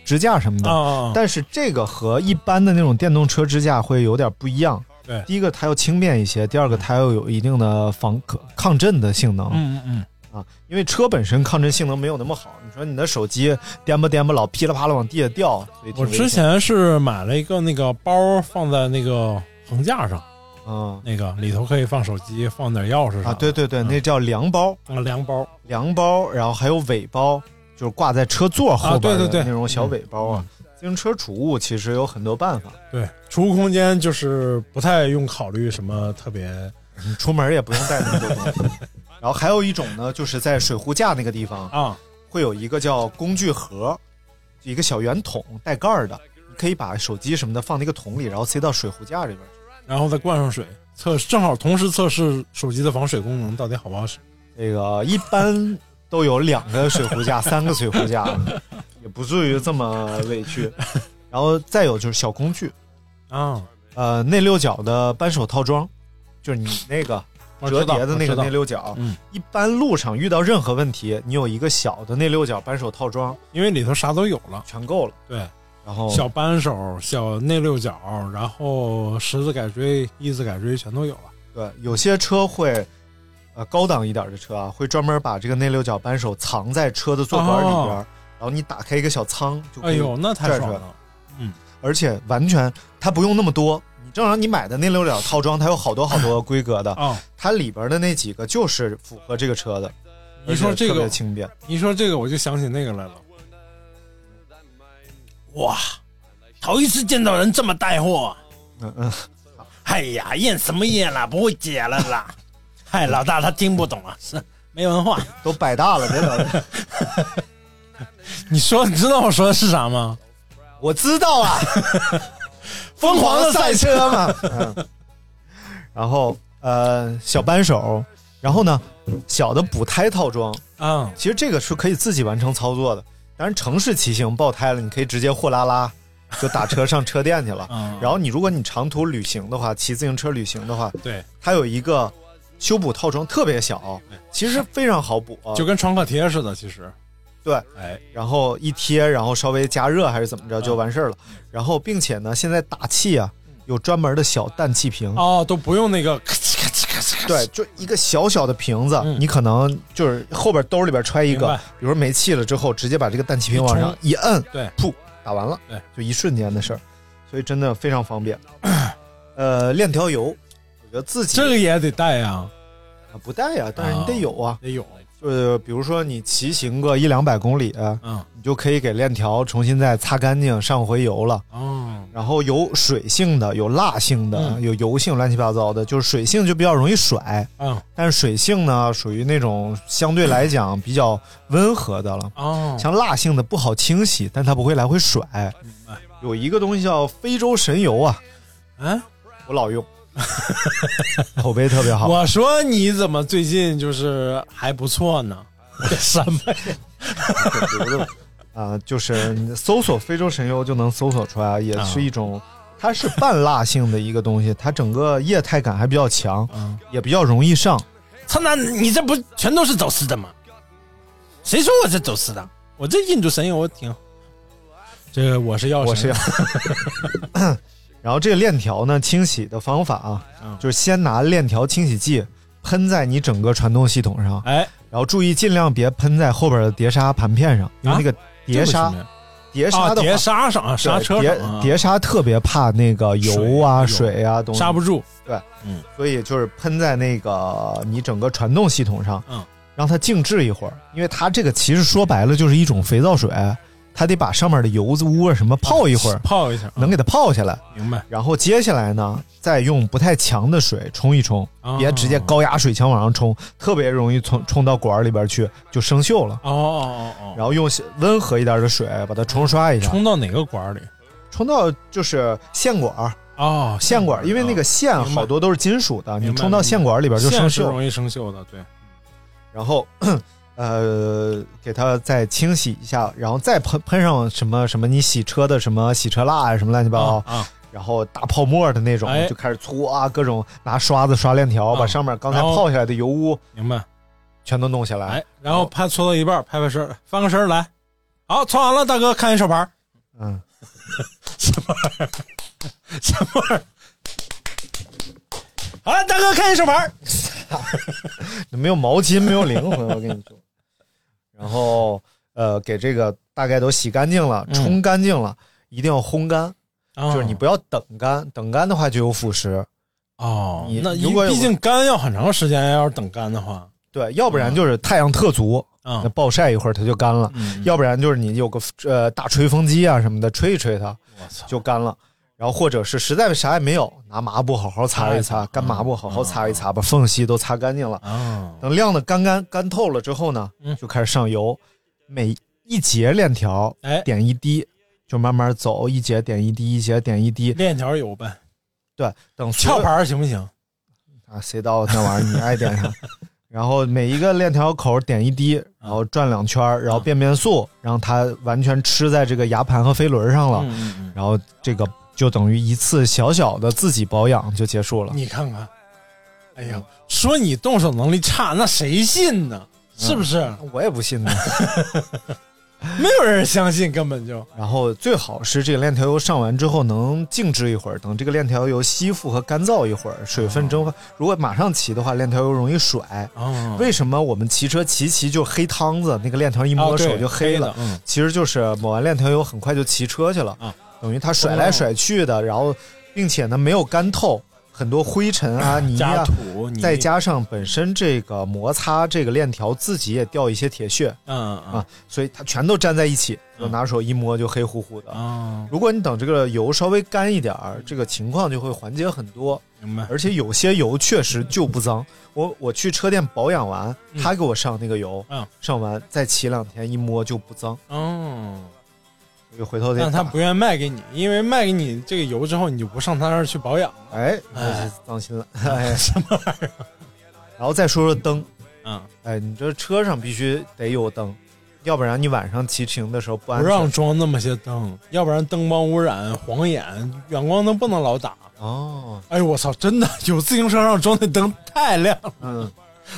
S3: 支架什么的，
S4: 啊，
S3: 嗯但是这个和一般的那种电动车支架会有点不一样。
S4: 对
S3: 第一个它要轻便一些，第二个它要有一定的防可抗震的性能。
S4: 嗯嗯嗯，
S3: 啊，因为车本身抗震性能没有那么好，你说你的手机颠吧颠吧老噼里啪啦往地下掉，所以挺
S4: 我
S3: 危险
S4: 之前是买了一个那个包，放在那个横架上，
S3: 嗯
S4: 那个里头可以放手机，放点钥匙啥
S3: 啊，
S4: 的
S3: 对，对对，那叫凉包，
S4: 啊，凉包
S3: 凉包，然后还有尾包，就是挂在车座后边
S4: 啊对对
S3: 的
S4: 对嗯
S3: 那种小尾包啊。自行车储物其实有很多办法，
S4: 对，储物空间就是不太用考虑什么特别
S3: 你出门也不用带那么多东西。然后还有一种呢，就是在水壶架那个地方
S4: 啊
S3: 会有一个叫工具盒，一个小圆筒带盖儿的，你可以把手机什么的放那个桶里，然后塞到水壶架里边。
S4: 然后再灌上水，测正好同时测试手机的防水功能到底好不好使。
S3: 这个一般都有两个水壶 架、三个水壶架，也不至于这么委 屈。然后再有就是小工具，
S4: 啊，
S3: 呃，内六角的扳手套装，就是你那个
S4: 我
S3: 折
S4: 知道
S3: 叠的那个
S4: 我知道
S3: 内六角。
S4: 嗯
S3: 一般路上遇到任何问题，你有一个小的内六角扳手套装
S4: 因为里头啥都有了，
S3: 全够了。
S4: 对，
S3: 然后
S4: 小扳手、小内六角，然后十字改锥、一字改锥全都有了。
S3: 对，有些车会，呃，高档一点的车啊，会专门把这个内六角扳手藏在车的座管里边儿，然后你打开一个小仓就可
S4: 哦哎
S3: 以
S4: 呦，那太
S3: 拽
S4: 爽
S3: 出来
S4: 了！
S3: 而且完全它不用那么多，你正常你买的那六角套装，它有好多好多规格 的，
S4: 啊、
S3: 它里边的那几个就是符合这个车的。
S4: 你说
S3: 而且
S4: 这
S3: 特
S4: 个
S3: 别，轻便，
S4: 一说这个我就想起那个来了。哇，头一次见到人这么带货。
S3: 嗯嗯，
S4: 哎呀，验什么验了？不会解了 啦！嗨、老大他听不懂啊，是没文化。
S3: 都百大了，别聊 了。
S4: 你说，你知道我说的是啥吗？
S3: 我知道啊，
S4: 疯狂的赛车。
S3: 车嘛。 嗯、然后呃，小扳手，然后呢，小的补胎套装，
S4: 嗯，
S3: 其实这个是可以自己完成操作的。当然，城市骑行爆胎了，你可以直接货拉拉就打车上车店去了。
S4: 嗯
S3: 然后你如果你长途旅行的话，骑自行车旅行的话，
S4: 对，
S3: 它有一个修补套装，特别小，其实非常好补。
S4: 就跟创可贴似的，其实。
S3: 对，
S4: 哎，
S3: 然后一贴，然后稍微加热还是怎么
S4: 嗯
S3: 着就完事儿了。然后，并且呢，现在打气啊，有专门的小氮气瓶，
S4: 哦，都不用那个咔哧咔哧咔哧咔哧。
S3: 对，就一个小小的瓶子，
S4: 嗯
S3: 你可能就是后边兜里边揣一
S4: 明
S3: 个
S4: 白，
S3: 比如没气了之后，直接把这个氮气瓶往上一摁，
S4: 对，
S3: 噗，打完了，
S4: 对，嗯
S3: 就一瞬间的事儿，所以真的非常方便。呃，链条油，我觉得自己
S4: 这个哦也得带呀，
S3: 啊不带呀、但是你得有啊，
S4: 得有。
S3: 就是比如说你骑行个一两百公里，
S4: 嗯，
S3: 你就可以给链条重新再擦干净，上回油了。
S4: 哦，
S3: 然后有水性的，有蜡性的，
S4: 嗯
S3: 有油性，乱七八糟的。就是水性就比较容易甩，
S4: 嗯，
S3: 但是水性呢，属于那种相对来讲比较温和的了。
S4: 哦，
S3: 像蜡性的不好清洗，但它不会来回甩。有一个东西叫非洲神油啊，
S4: 嗯，
S3: 我老用，口碑特别好。
S4: 我说你怎么最近就是还不 错呢？什么呀？
S3: 啊、就是你搜索非洲神油就能搜索出
S4: 啊
S3: 来，也是一种，它是半蜡性的一个东西，它整个液态感还比较强，
S4: 嗯
S3: 也比较容易上。
S4: 苍南，你这不全都是走私的吗？谁说我这走私的？我这印度神油我挺……这个我是药哦神，
S3: 我是要。 然后这个链条呢，清洗的方法啊，
S4: 嗯
S3: 就是先拿链条清洗剂喷在你整个传动系统上，
S4: 哎，
S3: 然后注意尽量别喷在后边的碟刹盘片上，因为那个碟刹、
S4: 啊这个行
S3: 碟
S4: 啊，
S3: 刹的话，
S4: 碟刹上啊，
S3: 对
S4: 刹车上
S3: 碟
S4: 啊，
S3: 碟刹特别怕那个油啊、
S4: 水
S3: 水啊东西，
S4: 刹不住，
S3: 所以就是喷在那个你整个传动系统上，
S4: 嗯，
S3: 让它静置一会儿，因为它这个其实说白了就是一种肥皂水，它得把上面的油污啊什么泡一会儿，
S4: 泡一下，啊
S3: 能给它泡下来。
S4: 明白？
S3: 然后接下来呢，再用不太强的水冲一冲，
S4: 哦
S3: 别直接高压水枪往上冲，特别容易冲冲到管里边去就生锈了。
S4: 哦哦哦哦，
S3: 然后用温和一点的水把它冲刷一下，
S4: 冲到哪个管儿里？
S3: 冲到就是线管儿，
S4: 哦，
S3: 线管儿，因为那个线
S4: 明白
S3: 好多都是金属的，
S4: 明
S3: 你
S4: 白
S3: 冲到线管儿里边就生
S4: 哦线是
S3: 锈。
S4: 容易生锈的，对，
S3: 然后， 呃，给它再清洗一下，然后再喷喷上什么什么你洗车的什么洗车蜡啊什么乱七八糟，
S4: 啊啊，
S3: 然后大泡沫的那种，
S4: 哎
S3: 就开始搓啊，各种拿刷子刷链条，
S4: 嗯
S3: 把上面刚才
S4: 然后
S3: 泡下来的油污
S4: 明白？
S3: 全都弄下来。
S4: 哎，然后拍搓到一半，拍拍身儿，哎翻个身儿来，好，搓完了，大哥看一手牌儿，
S3: 嗯，
S4: 什么玩意儿？什么玩意儿？好了，大哥看一手牌儿，
S3: 没有毛巾，没有灵魂， 我跟你说。然后，呃，给这个大概都洗干净了，
S4: 嗯
S3: 冲干净了，一定要烘干，啊就是你
S4: 哦
S3: 不要等干，等干的话就有腐蚀。
S4: 哦
S3: 你，
S4: 那
S3: 如果有
S4: 毕竟干要很长时间，要是等干的话，
S3: 对，要不然就是太阳特足，
S4: 啊
S3: 那，暴晒一会儿它就干了；
S4: 嗯
S3: 要不然就是你有个呃大吹风机啊什么的吹一吹它
S4: 我操，
S3: 就干了。然后或者是实在啥也没有，拿抹布好好擦一擦，干抹布好好擦一擦，把缝隙都擦干净了。
S4: 啊，
S3: 等晾的干干干透了之后呢
S4: 嗯，
S3: 就开始上油，每一节链条
S4: 哎，
S3: 点一滴，就慢慢走，一节点一滴，一节点一滴。
S4: 链条有呗，
S3: 对，等所有
S4: 翘牌儿行不行？
S3: 啊，谁到那玩意儿你爱点啥。然后每一个链条口点一滴，然后转两圈儿，然后变变速，让它完全吃在这个牙盘和飞轮上了。
S4: 嗯嗯
S3: 然后这个就等于一次小小的自己保养就结束了
S4: 嗯，。你看看，哎呀，说你动手能力差，那谁信呢？
S3: 嗯
S4: 是不是？
S3: 我也不信呢。
S4: 没有人相信，根本就
S3: 然后最好是这个链条油上完之后能静置一会儿，等这个链条油吸附和干燥一会儿，水分
S4: 哦
S3: 蒸发。如果马上骑的话，链条油容易甩。
S4: 啊
S3: 为什么我们骑车骑骑就黑汤子，那个链条一摸手就黑了？
S4: 嗯，
S3: 其实就是抹完链条油很快就骑车去了，
S4: 啊
S3: 等于它甩来甩去的，然后并且呢没有干透，很多灰尘啊、泥
S4: 加
S3: 啊，
S4: 土，你
S3: 再加上本身这个摩擦这个链条自己也掉一些铁屑
S4: 嗯嗯
S3: 啊，所以它全都粘在一起，
S4: 嗯
S3: 拿手一摸就黑乎乎的。
S4: 啊，
S3: 如果你等这个油稍微干一点儿，这个情况就会缓解很多。
S4: 明白。
S3: 而且有些油确实就不脏，我我去车店保养完，
S4: 嗯
S3: 他给我上那个油，
S4: 嗯
S3: 上完再骑两天一摸就不脏，
S4: 哦，
S3: 这个回头得
S4: 但他
S3: 打。
S4: 不愿意卖给你，因为卖给你这个油之后，你就不上他那儿去保养。
S3: 哎，
S4: 哎
S3: 脏心了， 哎，什么玩意儿？然后再说说灯，
S4: 嗯，
S3: 哎，你这车上必须得有灯，要不然你晚上骑行的时候不安
S4: 不
S3: 全。
S4: 让装那么些灯，要不然灯光污染、晃眼，远光灯不能老打。
S3: 哦，
S4: 哎呦我操，真的有自行车上装的灯太亮了，
S3: 嗯，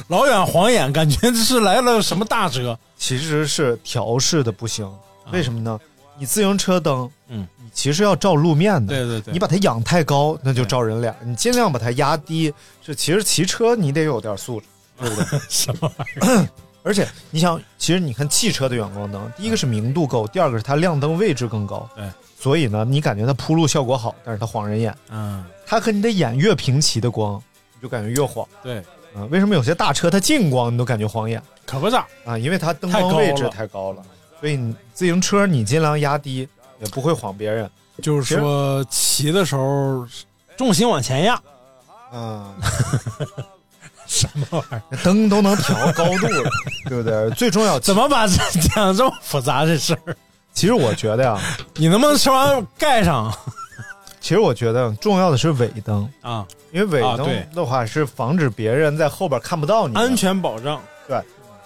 S4: 老远晃眼，感觉这是来了什么大车。
S3: 其实是调试的不行，为什么呢？你自行车灯，
S4: 啊嗯，
S3: 你其实要照路面的，
S4: 对对对，
S3: 你把它仰太高，那就照人脸；你尽量把它压低。这其实骑车你得有点素质，对不对？
S4: 什么玩意
S3: 而且你想，其实你看汽车的远光灯，第一个是明度够，第二个是它亮灯位置更高。
S4: 对，
S3: 所以呢，你感觉它铺路效果好，但是它晃人眼。
S4: 儿？嗯，
S3: 它和你的眼越平齐的光，你就感觉越晃。
S4: 对，
S3: 啊、为什么有些大车它近光你都感觉晃眼
S4: 可不咋。
S3: 啊？因为它灯
S4: 太高
S3: 光位置
S4: 了
S3: 太高了，所以你自行车你尽量压低，也不会晃别 人。
S4: 就是说骑的时候重心往前压，
S3: 啊。
S4: 什么玩意儿？
S3: 灯都能调高度了，对不对？最重要，
S4: 怎么把这讲这么复杂这事儿？
S3: 其实我觉得呀、
S4: 你能不能吃完盖上
S3: 其实我觉得重要的是尾灯，
S4: 啊？
S3: 因为尾
S4: 啊对
S3: 灯的话是防止别人在后边看不到你的，
S4: 安全保障，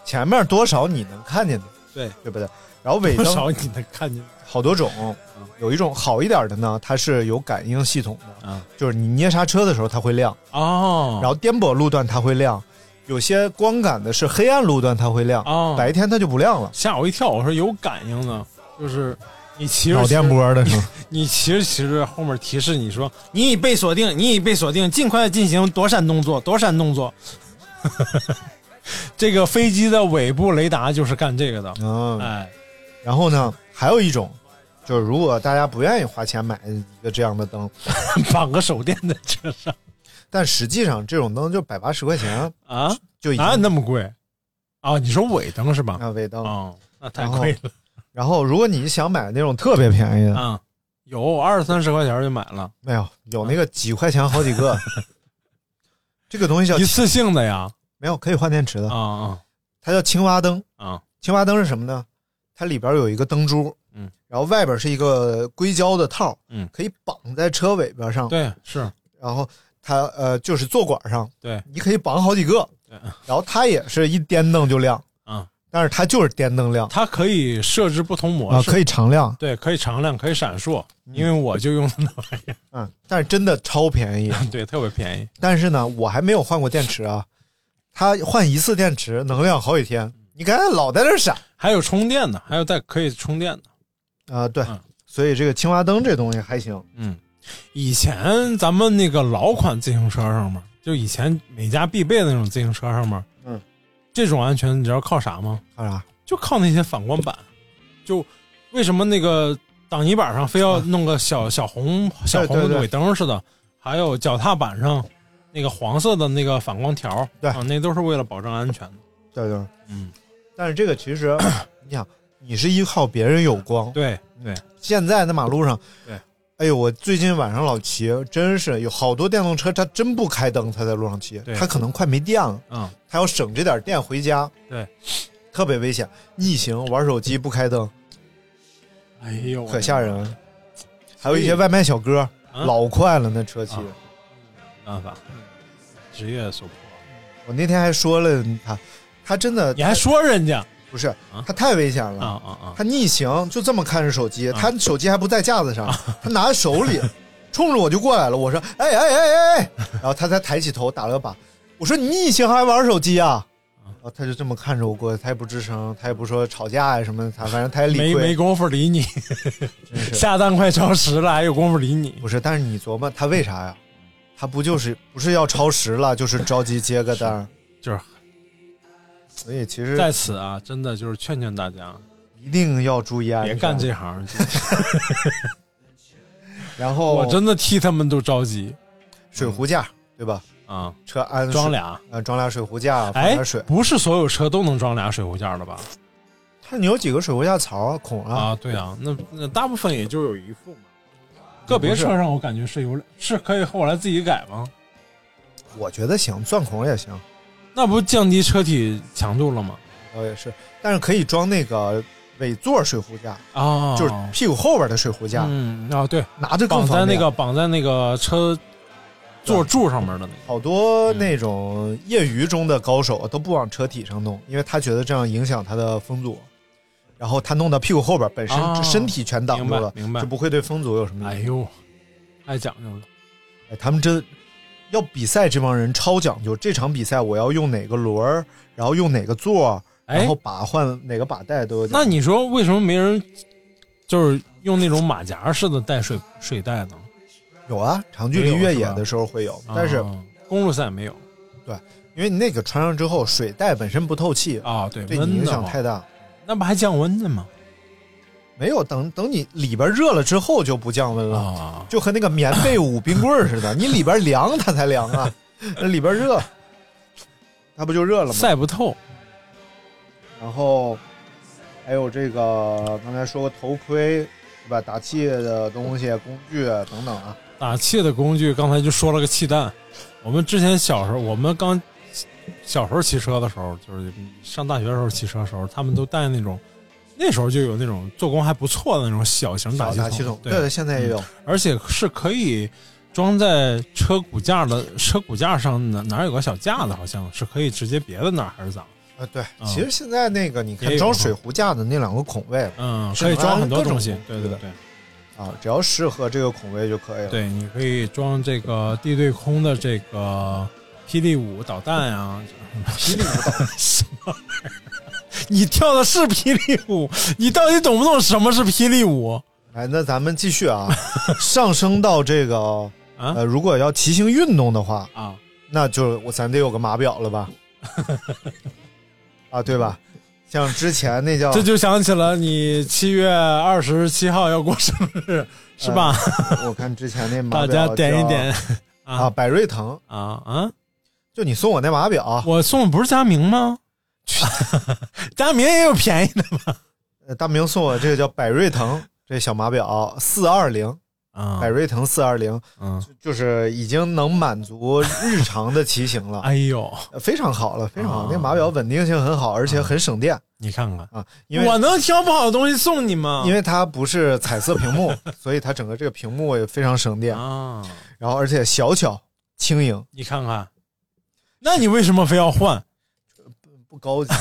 S3: 前面多少你能看见的，
S4: 对
S3: 对不对？然后尾
S4: 多
S3: 灯
S4: 少嗯你能看见
S3: 好多种，有一种好一点的呢，它是有感应系统的，
S4: 啊
S3: 就是你捏刹车的时候它会亮，
S4: 哦
S3: 然后颠簸路段它会亮，有些光感的是黑暗路段它会亮，
S4: 哦
S3: 白天它就不亮了。
S4: 吓我一跳，我说有感应呢，就是你骑着
S3: 脑电
S4: 骑着，
S3: 波的时候，
S4: 你骑着骑着后面提示你说你已被锁定，你已被锁定，尽快进行躲闪动作，躲闪动 作。这个飞机的尾部雷达就是干这个的，
S3: 嗯，
S4: 哎，
S3: 然后呢，还有一种，就是如果大家不愿意花钱买一个这样的灯，
S4: 绑个手电在车上
S3: 但实际上这种灯就百八十块钱
S4: 啊
S3: 就已经
S4: 啊那么贵啊？你说尾灯是吧？
S3: 啊尾灯。
S4: 哦，那太贵了
S3: 然后如果你想买那种特别便宜的，
S4: 啊！有二三十块钱就买了，
S3: 没有有那个几块钱好几 个，这个东西叫
S4: 一次性的呀！
S3: 没有可以换电池的，
S4: 啊啊
S3: 它叫青蛙灯。
S4: 啊！
S3: 青蛙灯是什么呢？它里边有一个灯珠，
S4: 嗯，
S3: 然后外边是一个硅胶的套，
S4: 嗯
S3: 可以绑在车尾巴上，
S4: 对，是
S3: 然后它呃就是坐管上，
S4: 对，
S3: 你可以绑好几个，
S4: 对
S3: 然后它也是一颠蹬就亮，
S4: 啊，
S3: 但是它就是颠蹬亮
S4: 它可以设置不同模
S3: 啊，
S4: 式，
S3: 可以常亮，
S4: 对，可以嗯常亮，可以闪烁，因为我就用 那玩意
S3: 嗯，但是真的超便宜。
S4: 儿，对，特别便宜。
S3: 但是呢，我还没有换过电池啊，它换一次电池能亮好几天，你看老在这闪
S4: 还有充电的，还有带可以充电的。
S3: 啊，对
S4: 嗯，
S3: 所以这个青蛙灯这东西还行，
S4: 以前咱们那个老款自行车上面，就以前每家必备的那种自行车上面，
S3: 嗯，
S4: 这种安全你知道靠啥吗？
S3: 看啥？
S4: 就靠那些反光板。就为什么那个挡泥板上非要弄个小小红小
S3: 对
S4: 红
S3: 对
S4: 尾灯似的，还有脚踏板上那个黄色的那个反光条，
S3: 对
S4: 啊，那都是为了保证安全的。
S3: 对对，
S4: 嗯，
S3: 但是这个其实 你想，你是依靠别人有光，
S4: 对对，
S3: 现在那马路上，
S4: 对，
S3: 哎呦，我最近晚上老骑，真是有好多电动车，它真不开灯，它在路上骑
S4: 对，
S3: 它可能快没电了，
S4: 嗯，
S3: 它要省这点电回家，
S4: 对，
S3: 特别危险。逆行玩手机不开灯，
S4: 哎呦，
S3: 可吓人了。还有一些外卖小哥，
S4: 嗯
S3: 老快了那车骑。
S4: 啊没办法，嗯职业所迫。
S3: 我那天还说了他，他真的
S4: 你还说人家
S3: 不是，他太危险了。
S4: 啊啊
S3: 他逆行就这么看着手机，他手机还不在架子上，
S4: 啊
S3: 他拿在手 里，冲着我就过来了。我说：“哎哎哎哎哎！”
S4: 啊
S3: 然后他才抬起头打了个靶。我说：“你逆行还玩手机啊？”然后他就这么看着我过来，他也不吱声，他也不说吵架呀、什么的，他反正他也
S4: 啊，没
S3: 理
S4: 没
S3: 亏。
S4: 工夫理你，
S3: 真是
S4: 下蛋快超时了，还有功夫理你？
S3: 不是？但是你琢磨他为啥呀？他不就是不是要超时了，就是着急接个单儿，
S4: 就是
S3: 所以其实
S4: 在此啊，真的就是劝劝大家，
S3: 一定要注意安全。
S4: 别干这行。
S3: 然后
S4: 我真的替他们都着急
S3: 水壶架对吧？
S4: 啊！
S3: 车安
S4: 装
S3: 水，
S4: 俩，
S3: 呃，装俩水壶架，放
S4: 哎
S3: 点水，。
S4: 不是所有车都能装俩水壶架的吧？
S3: 它你有几个水壶架槽啊孔啊？
S4: 啊，对啊，那那大部分也就有一副嘛。个别
S3: 不是
S4: 车上我感觉是有俩，是可以后来自己改吗？
S3: 我觉得行，钻孔也行，
S4: 那不降低车体强度了吗？
S3: 我也是，但是可以装那个尾座水壶架，
S4: 啊，
S3: 就是屁股后边的水壶架，
S4: 嗯啊，对，
S3: 拿着更
S4: 绑在
S3: 方便。
S4: 那个绑在那个车座柱上面的那个。
S3: 好多
S4: 嗯
S3: 那种业余中的高手都不往车体上弄，因为他觉得这样影响他的风阻，然后他弄到屁股后边，本身、
S4: 啊
S3: 这身体全挡住了，
S4: 明白明白
S3: 就不会对风阻有什么
S4: 哎
S3: 影响。
S4: 呦，太讲究了。
S3: 哎他们真要比赛，这帮人超讲究。这场比赛我要用哪个轮儿，然后用哪个座儿，
S4: 哎
S3: 然后把换哪个把带都有讲
S4: 那
S3: 究。
S4: 你说为什么没人就是用那种马甲式的带水水带呢？
S3: 有啊，长距离越
S4: 没有
S3: 野
S4: 是吧
S3: 的时候会有，但是
S4: 啊公路赛没有
S3: 因为你那个穿上之后，水带本身不透气，
S4: 啊，对，
S3: 对你
S4: 闷
S3: 影
S4: 的
S3: 响
S4: 嘛
S3: 太大。
S4: 那不还降温的吗？
S3: 没有，等等你里边热了之后就不降温了。
S4: 啊，
S3: 就和那个棉被捂冰棍儿似的，你里边凉它才凉啊，那里边热，它不就热了吗？
S4: 晒不透
S3: 然后还有这个刚才说过头盔，对吧？打气的东西、工具等等啊。
S4: 打气的工具，刚才就说了个气弹。我们之前小时候，我们刚小时候骑车的时候，就是上大学的时候骑车的时候，他们都带那种，那时候就有那种做工还不错的那种小型打
S3: 小
S4: 气
S3: 打气筒，对
S4: 对嗯
S3: 对，现在也有。
S4: 而且是可以装在车骨架的车骨架上哪哪儿有个小架子，好像是可以直接别在那儿还是咋？
S3: 啊，对，
S4: 嗯
S3: 其实现在那个你
S4: 也
S3: 看
S4: 有啊
S3: 装水壶架的那两个孔位
S4: 嗯，
S3: 是
S4: 可以装很多
S3: 各种
S4: 东西。
S3: 对
S4: 对对
S3: 的
S4: 对，
S3: 啊，只要适合这个孔位就可以了。
S4: 对，你可以装这个地对空的这个霹雳舞导弹啊，霹雳舞导弹什么玩意儿？你跳的是霹雳舞，你到底懂不懂什么是霹雳舞
S3: 哎，那咱们继续 啊，上升到这个
S4: 啊
S3: 呃，如果要骑行运动的话，
S4: 啊？
S3: 那就我咱得有个码表了吧？啊，对吧？像之前那叫
S4: 这就想起了你七月二十七号要过生日，是吧？
S3: 我看之前那码
S4: 大
S3: 表
S4: 家点一
S3: 叫
S4: 点
S3: 啊，百瑞腾，
S4: 啊啊！
S3: 就你送我那码表，啊
S4: 我送的不是佳明 吗？佳明也有便宜的
S3: 呃大明送我这个叫百瑞腾这小码表四二零，
S4: 啊
S3: 百瑞腾四二零，
S4: 嗯，
S3: 就是已经能满足日常的骑行了，
S4: 哎呦，
S3: 呃非常好了，非常好
S4: 啊，
S3: 那码表稳定性很好，而且很省电
S4: 你看看，
S3: 啊，因为
S4: 我能挑不好的东西送你吗？
S3: 因为它不是彩色屏幕，所以它整个这个屏幕也非常省电，
S4: 啊，
S3: 然后而且小巧轻盈。
S4: 你看看，那你为什么非要换
S3: 不高级，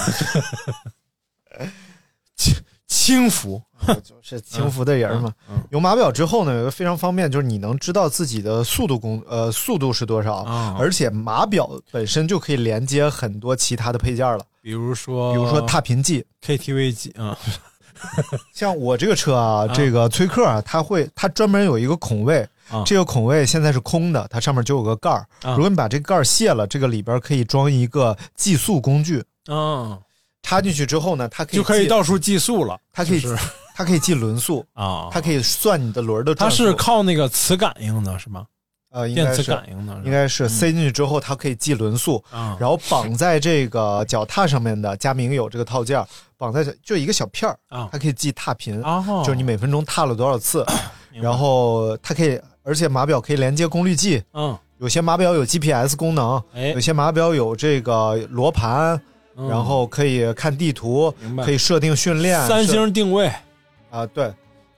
S4: 轻浮？
S3: 就是轻浮的人
S4: 啊
S3: 嘛。有码表之后呢，有一个非常方便，就是你能知道自己的速度工呃速度是多少，
S4: 啊
S3: 而且码表本身就可以连接很多其他的配件了，
S4: 比如说，
S3: 比如说踏频计。
S4: KTV 机啊，
S3: 像我这个车啊，这个崔克啊，它会它专门有一个孔位
S4: 啊，
S3: 这个孔位现在是空的，它上面就有个盖儿。
S4: 啊
S3: 如果你把这个盖儿卸了，这个里边可以装一个计速工具，
S4: 嗯，
S3: 插进去之后呢，它可以
S4: 就可以
S3: 记，
S4: 倒数计数了。
S3: 它可以
S4: 就是
S3: 它可以记轮速，
S4: 啊，
S3: 它可以算你的轮儿的
S4: 它
S3: 转速。
S4: 是靠那个磁感应的是吗？
S3: 呃，应
S4: 电
S3: 该
S4: 磁
S3: 是
S4: 感嗯应的是吧，
S3: 应该是塞进去之后，它可以记轮速，
S4: 啊，
S3: 然后绑在这个脚踏上面的。佳明有这个套件儿，绑在就一个小片儿，
S4: 啊
S3: 它可以记踏频，
S4: 哦
S3: 就是你每分钟踏了多少次，
S4: 明白
S3: 然后它可以，而且码表可以连接功率计，
S4: 嗯，
S3: 有些码表有 GPS 功能，
S4: 哎
S3: 有，些码表有这个罗盘，
S4: 嗯
S3: 然后可以看地图
S4: 明，白
S3: 可以设定训练，
S4: 三
S3: 设
S4: 星定位，哎
S3: 啊，对，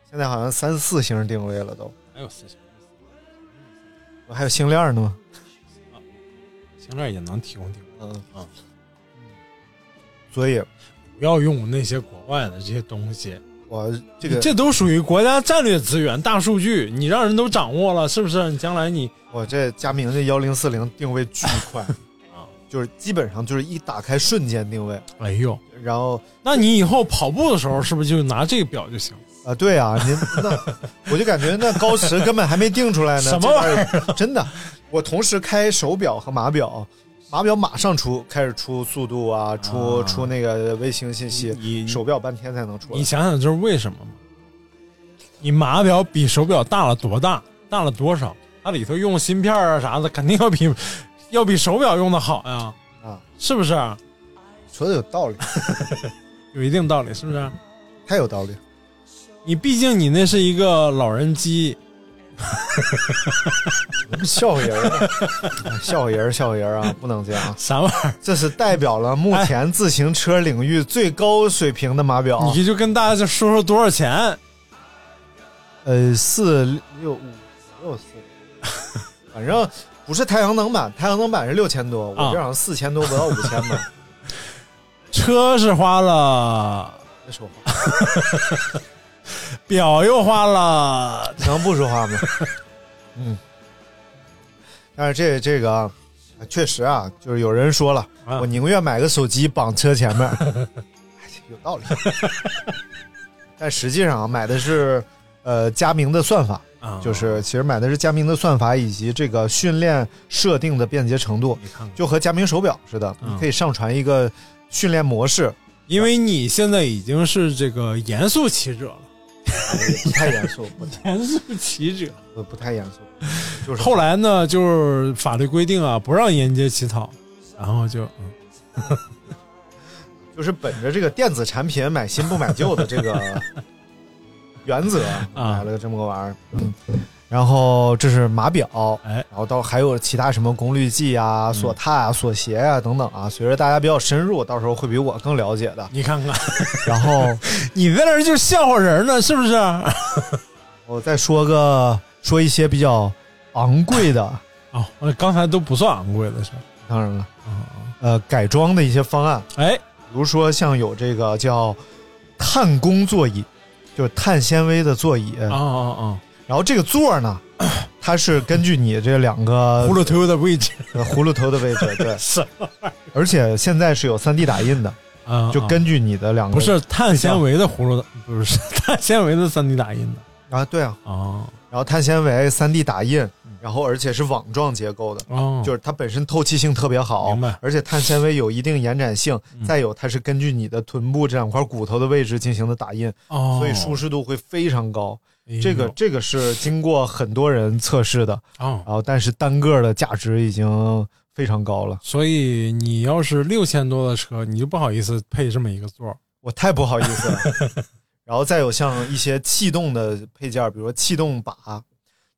S3: 现在好像三四星定位了都，
S4: 还有四星，
S3: 还有星链呢吗？
S4: 星链也能提供定位。
S3: 嗯
S4: 嗯，
S3: 所以
S4: 不要用那些国外的这些东西，
S3: 我这个
S4: 这都属于国家战略资源、大数据，你让人都掌握了，是不是？你将来你
S3: 我这佳明这幺零四零定位巨快
S4: 啊，
S3: 就是基本上就是一打开瞬间定位，
S4: 哎呦，
S3: 然后
S4: 那你以后跑步的时候是不是就拿这个表就行？
S3: 啊，对啊，您那我就感觉那高驰根本还没定出来呢，
S4: 什么玩意
S3: 儿、真的，我同时开手表和码表，码表马上出开始出速度啊，出、
S4: 啊
S3: 出那个卫星信
S4: 你
S3: 息，
S4: 你
S3: 手表半天才能出来
S4: 你。想想这是为什么吗？你码表比手表大了多大？大了多少？它里头用芯片啊啥的，肯定要比要比手表用的好呀，
S5: 啊，
S4: 是不是？
S5: 说的有道理，
S4: 有一定道理，是不是？
S5: 太有道理了。
S4: 你毕竟你那是一个老人机，
S3: 笑话人儿，啊笑话人儿，笑话人儿啊！不能这样，
S4: 啥玩意儿？
S3: 这是代表了目
S4: 哎
S3: 前自行车领域最高水平的码表。
S4: 你就跟大家就说说多少钱？
S3: 呃，四六五六四，反正不是太阳能版，太阳能版是六千多，我
S4: 啊
S3: 这好像四千多不到五千 吧。
S4: 车是花了，
S3: 别说话，
S4: 表又花了，
S3: 能不说话吗？嗯，但是这这个啊，确实啊，就是有人说了，
S4: 啊
S3: 我宁愿买个手机绑车前 面，哎有道理。 但实际上啊，买的是呃佳明的算法，
S4: 啊
S3: 就是其实买的是佳明的算法以及这个训练设定的便捷程度，
S4: 你看看，
S3: 就和佳明手表似的，
S4: 嗯
S3: 你可以上传一个训练模式，
S4: 因为你现在已经是这个严肃骑者了，
S3: 不太严肃，不太
S4: 严肃骑者。
S3: 不不太严肃，就是
S4: 后来呢，就是法律规定啊，不让沿街乞讨，然后就嗯
S3: 就是本着这个电子产品买新不买旧的这 个原则，买
S4: 啊
S3: 了个这么个玩意儿。嗯，然后这是码表，
S4: 哎
S3: 然后到还有其他什么功率计啊、
S4: 嗯。
S3: 锁踏啊、锁鞋啊等等啊。随着大家比较深入，到时候会比我更了解的
S4: 你看 看，
S3: 然后
S4: 你在那儿就笑话人呢，是不 是？
S3: 我再说个说一些比较昂贵的，
S4: 哦，我刚才都不算昂贵的是吧？
S3: 当然了，
S4: 嗯
S3: 呃，改装的一些方案，
S4: 哎，
S3: 比如说像有这个叫碳工座椅，就是碳纤维的座椅。
S4: 啊啊
S3: 然后这个座儿 呢，它是根据你这两
S4: 啊，
S3: 个
S4: 葫芦头的位置
S3: 呃葫芦头的位置， 对，
S4: 是
S3: 而且现在是有 3D 打印的，
S4: 啊，
S3: 就根据你的两个
S4: 不是碳纤维的葫芦的，不是 碳纤维的三 D 打印的
S3: 啊，对啊，
S4: 啊
S3: 然后碳纤维 3D 打印，
S4: 嗯
S3: 然后而且是网状结构的。
S4: 哦，
S3: 就是它本身透气性特别好
S4: 明白，嗯
S3: 而且碳纤维有一定延展性，再有它是根据你的臀部这两块骨头的位置进行的打印，
S4: 哦，
S3: 所以舒适度会非常高。
S4: 哎呦
S3: 这个这个是经过很多人测试的，
S4: 哦，
S3: 然后但是单个的价值已经非常高了。
S4: 所以你要是六千多的车，你就不好意思配这么一个座儿
S3: 我太不好意思了。 然后再有像一些气动的配件，比如说气动把，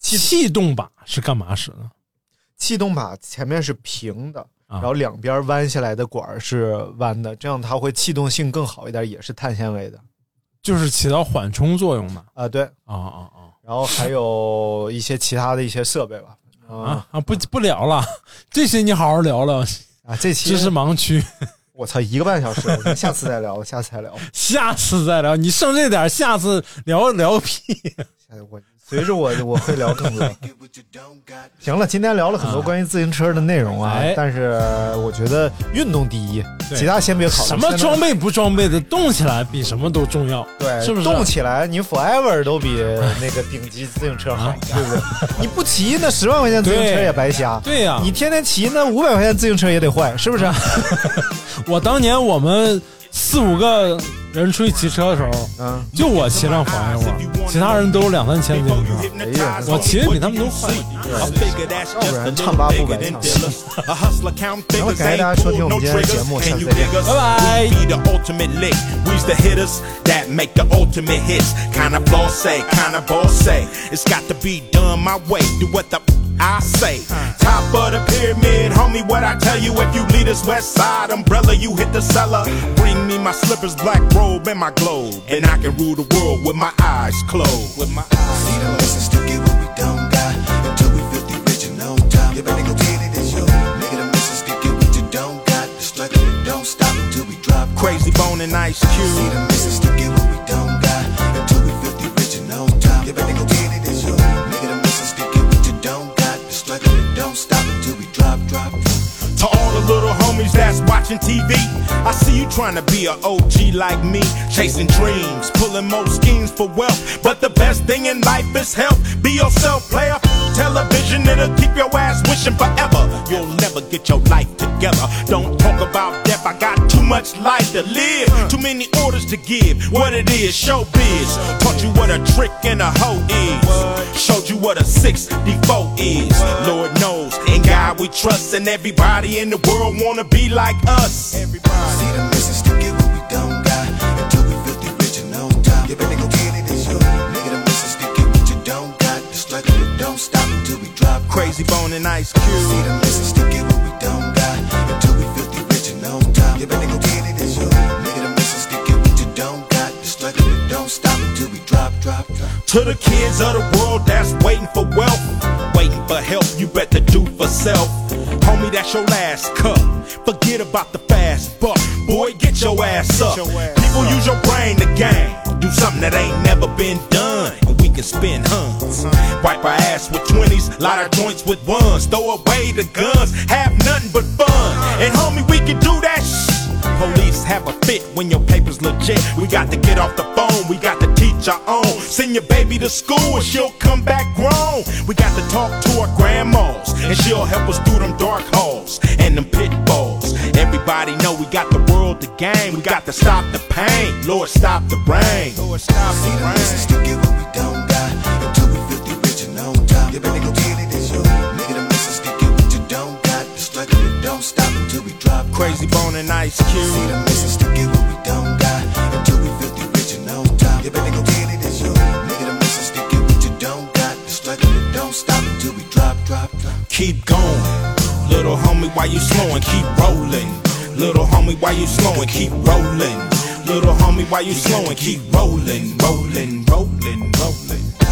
S3: 气
S4: 气动把是干嘛使的？
S3: 气动把前面是平的，
S4: 啊
S3: 然后两边弯下来的管儿是弯的，这样它会气动性更好一点，也是碳纤维的
S4: 就是起到缓冲作用的。
S3: 啊。对，
S4: 啊啊啊！
S3: 然后还有一些其他的一些设备吧。啊
S4: 啊啊！不不聊了，这些你好好聊聊，
S3: 啊，这期
S4: 知识盲区，
S3: 我操一个半小时，咱下次再聊，下次再聊。
S4: 下次再聊。你剩这点儿，下次聊聊个屁。
S3: 下次我随着我我会聊更多。 行了，今天聊了很多关于自行车的内容啊，
S4: 啊哎
S3: 但是我觉觉得运动第一，
S4: 对
S3: 其他先别考虑。
S4: 什么
S3: 现在
S4: 装备不装备的，动起来比什么都重要，
S3: 对，
S4: 是不是？
S3: 动起来，你 forever 都比那个顶级自行车好，对不对？你不骑那十万块钱自行车
S4: 啊对
S3: 也白瞎，
S4: 对呀、
S3: 你天天骑那五百块钱自行车也得坏，是不啊是？
S4: 我当年我们四五个人出去骑车的时候，
S3: 嗯，
S4: 就我骑辆黄油啊，其他人都有两三千斤的车。我骑的比他们都快。
S7: 拜拜。the ultimate lick. We's the hitters that make the ultimate hits. Kinda bossy, kinda bossy. It's got to be done my way. Do what the I say. Top of the pyramid, homie, what I tell you. If you lead us west side umbrella, you hit the cellar. Bring me my slippers, black robe, and my globe. And I can rule the world with my eyes closed. With my eyes.
S8: See the list and still get what we don't got. Until we 50 rich and no time. You better go get it as you. Nigga, the missus can get what you don't got. The struggle it don't stop until we drop.
S7: Crazy bone and ice
S8: See
S7: cube.
S8: the missus still get what we don't got. Until we 50 rich and no time. You better go get it as you. Nigga, the missus can get what you don't got. The struggle it don't stop until we drop, drop, drop.
S7: To all the little homies that's watching TV, I see you trying to be a OG like me, chasing dreams, pulling more schemes for wealth. But the best thing in life is health. Be yourself, player. Television, it'll keep your ass wishing forever. You'll never ever get your life together. Don't talk about death, I got too much life to live. Too many orders to give. What it is, showbiz. Taught you what a trick and a hoe is. Showed you what a 64 is. Lord knows, in God we trust, and everybody in the world wanna be like us.
S8: See the missus to get what we don't got until we filthy rich in no time. You better go get it, it's your nigga. The missus to get what you don't got. The struggle it don't stop until we drop.
S7: Crazy Bone and Ice Cube.
S8: See the missus to get what we don't got until we filthy rich in no time. You better go get it, it's your nigga. The missus to get what you don't got. The struggle it don't stop until we drop, drop, drop.
S7: To the kids of the world that's waiting for wealth, waiting for help, you better do for self. Homie, that's your last cup. Forget about the fast buck. Boy, get your ass up. People use your brain to game. Do something that ain't never been done. And we can spin huns. Wipe our ass with 20s, light our joints with ones. Throw away the guns, have nothing but fun. And homie, we can do that shit. Police have a fit when your paper's legit. We got to get off the phone, we got to teach our own. Send your baby to school and she'll come back grown. We got to talk to our grandmas and she'll help us through them dark halls and them pit balls. Everybody know we got the world to gain. We got to stop the pain. Lord, stop the rain. Lord, stop
S8: See the missus to get what we don't got until we filthy rich in no time. You better go get it, it's your nigga. The missus to get what you don't got. The struggle it don't stop until we drop.
S7: Crazy Bone and Ice Cube.
S8: See the missus to get what we don't got until we filthy rich in no time. You better go get it, it's your nigga. The missus to get what you don't got. The struggle it don't stop until we drop, drop, drop.
S7: Keep going. Little homie, why you slowing? Keep rolling. Little homie, why you slowing? Keep rolling. Little homie, why you slowing? Keep rolling, rolling, rolling, rolling.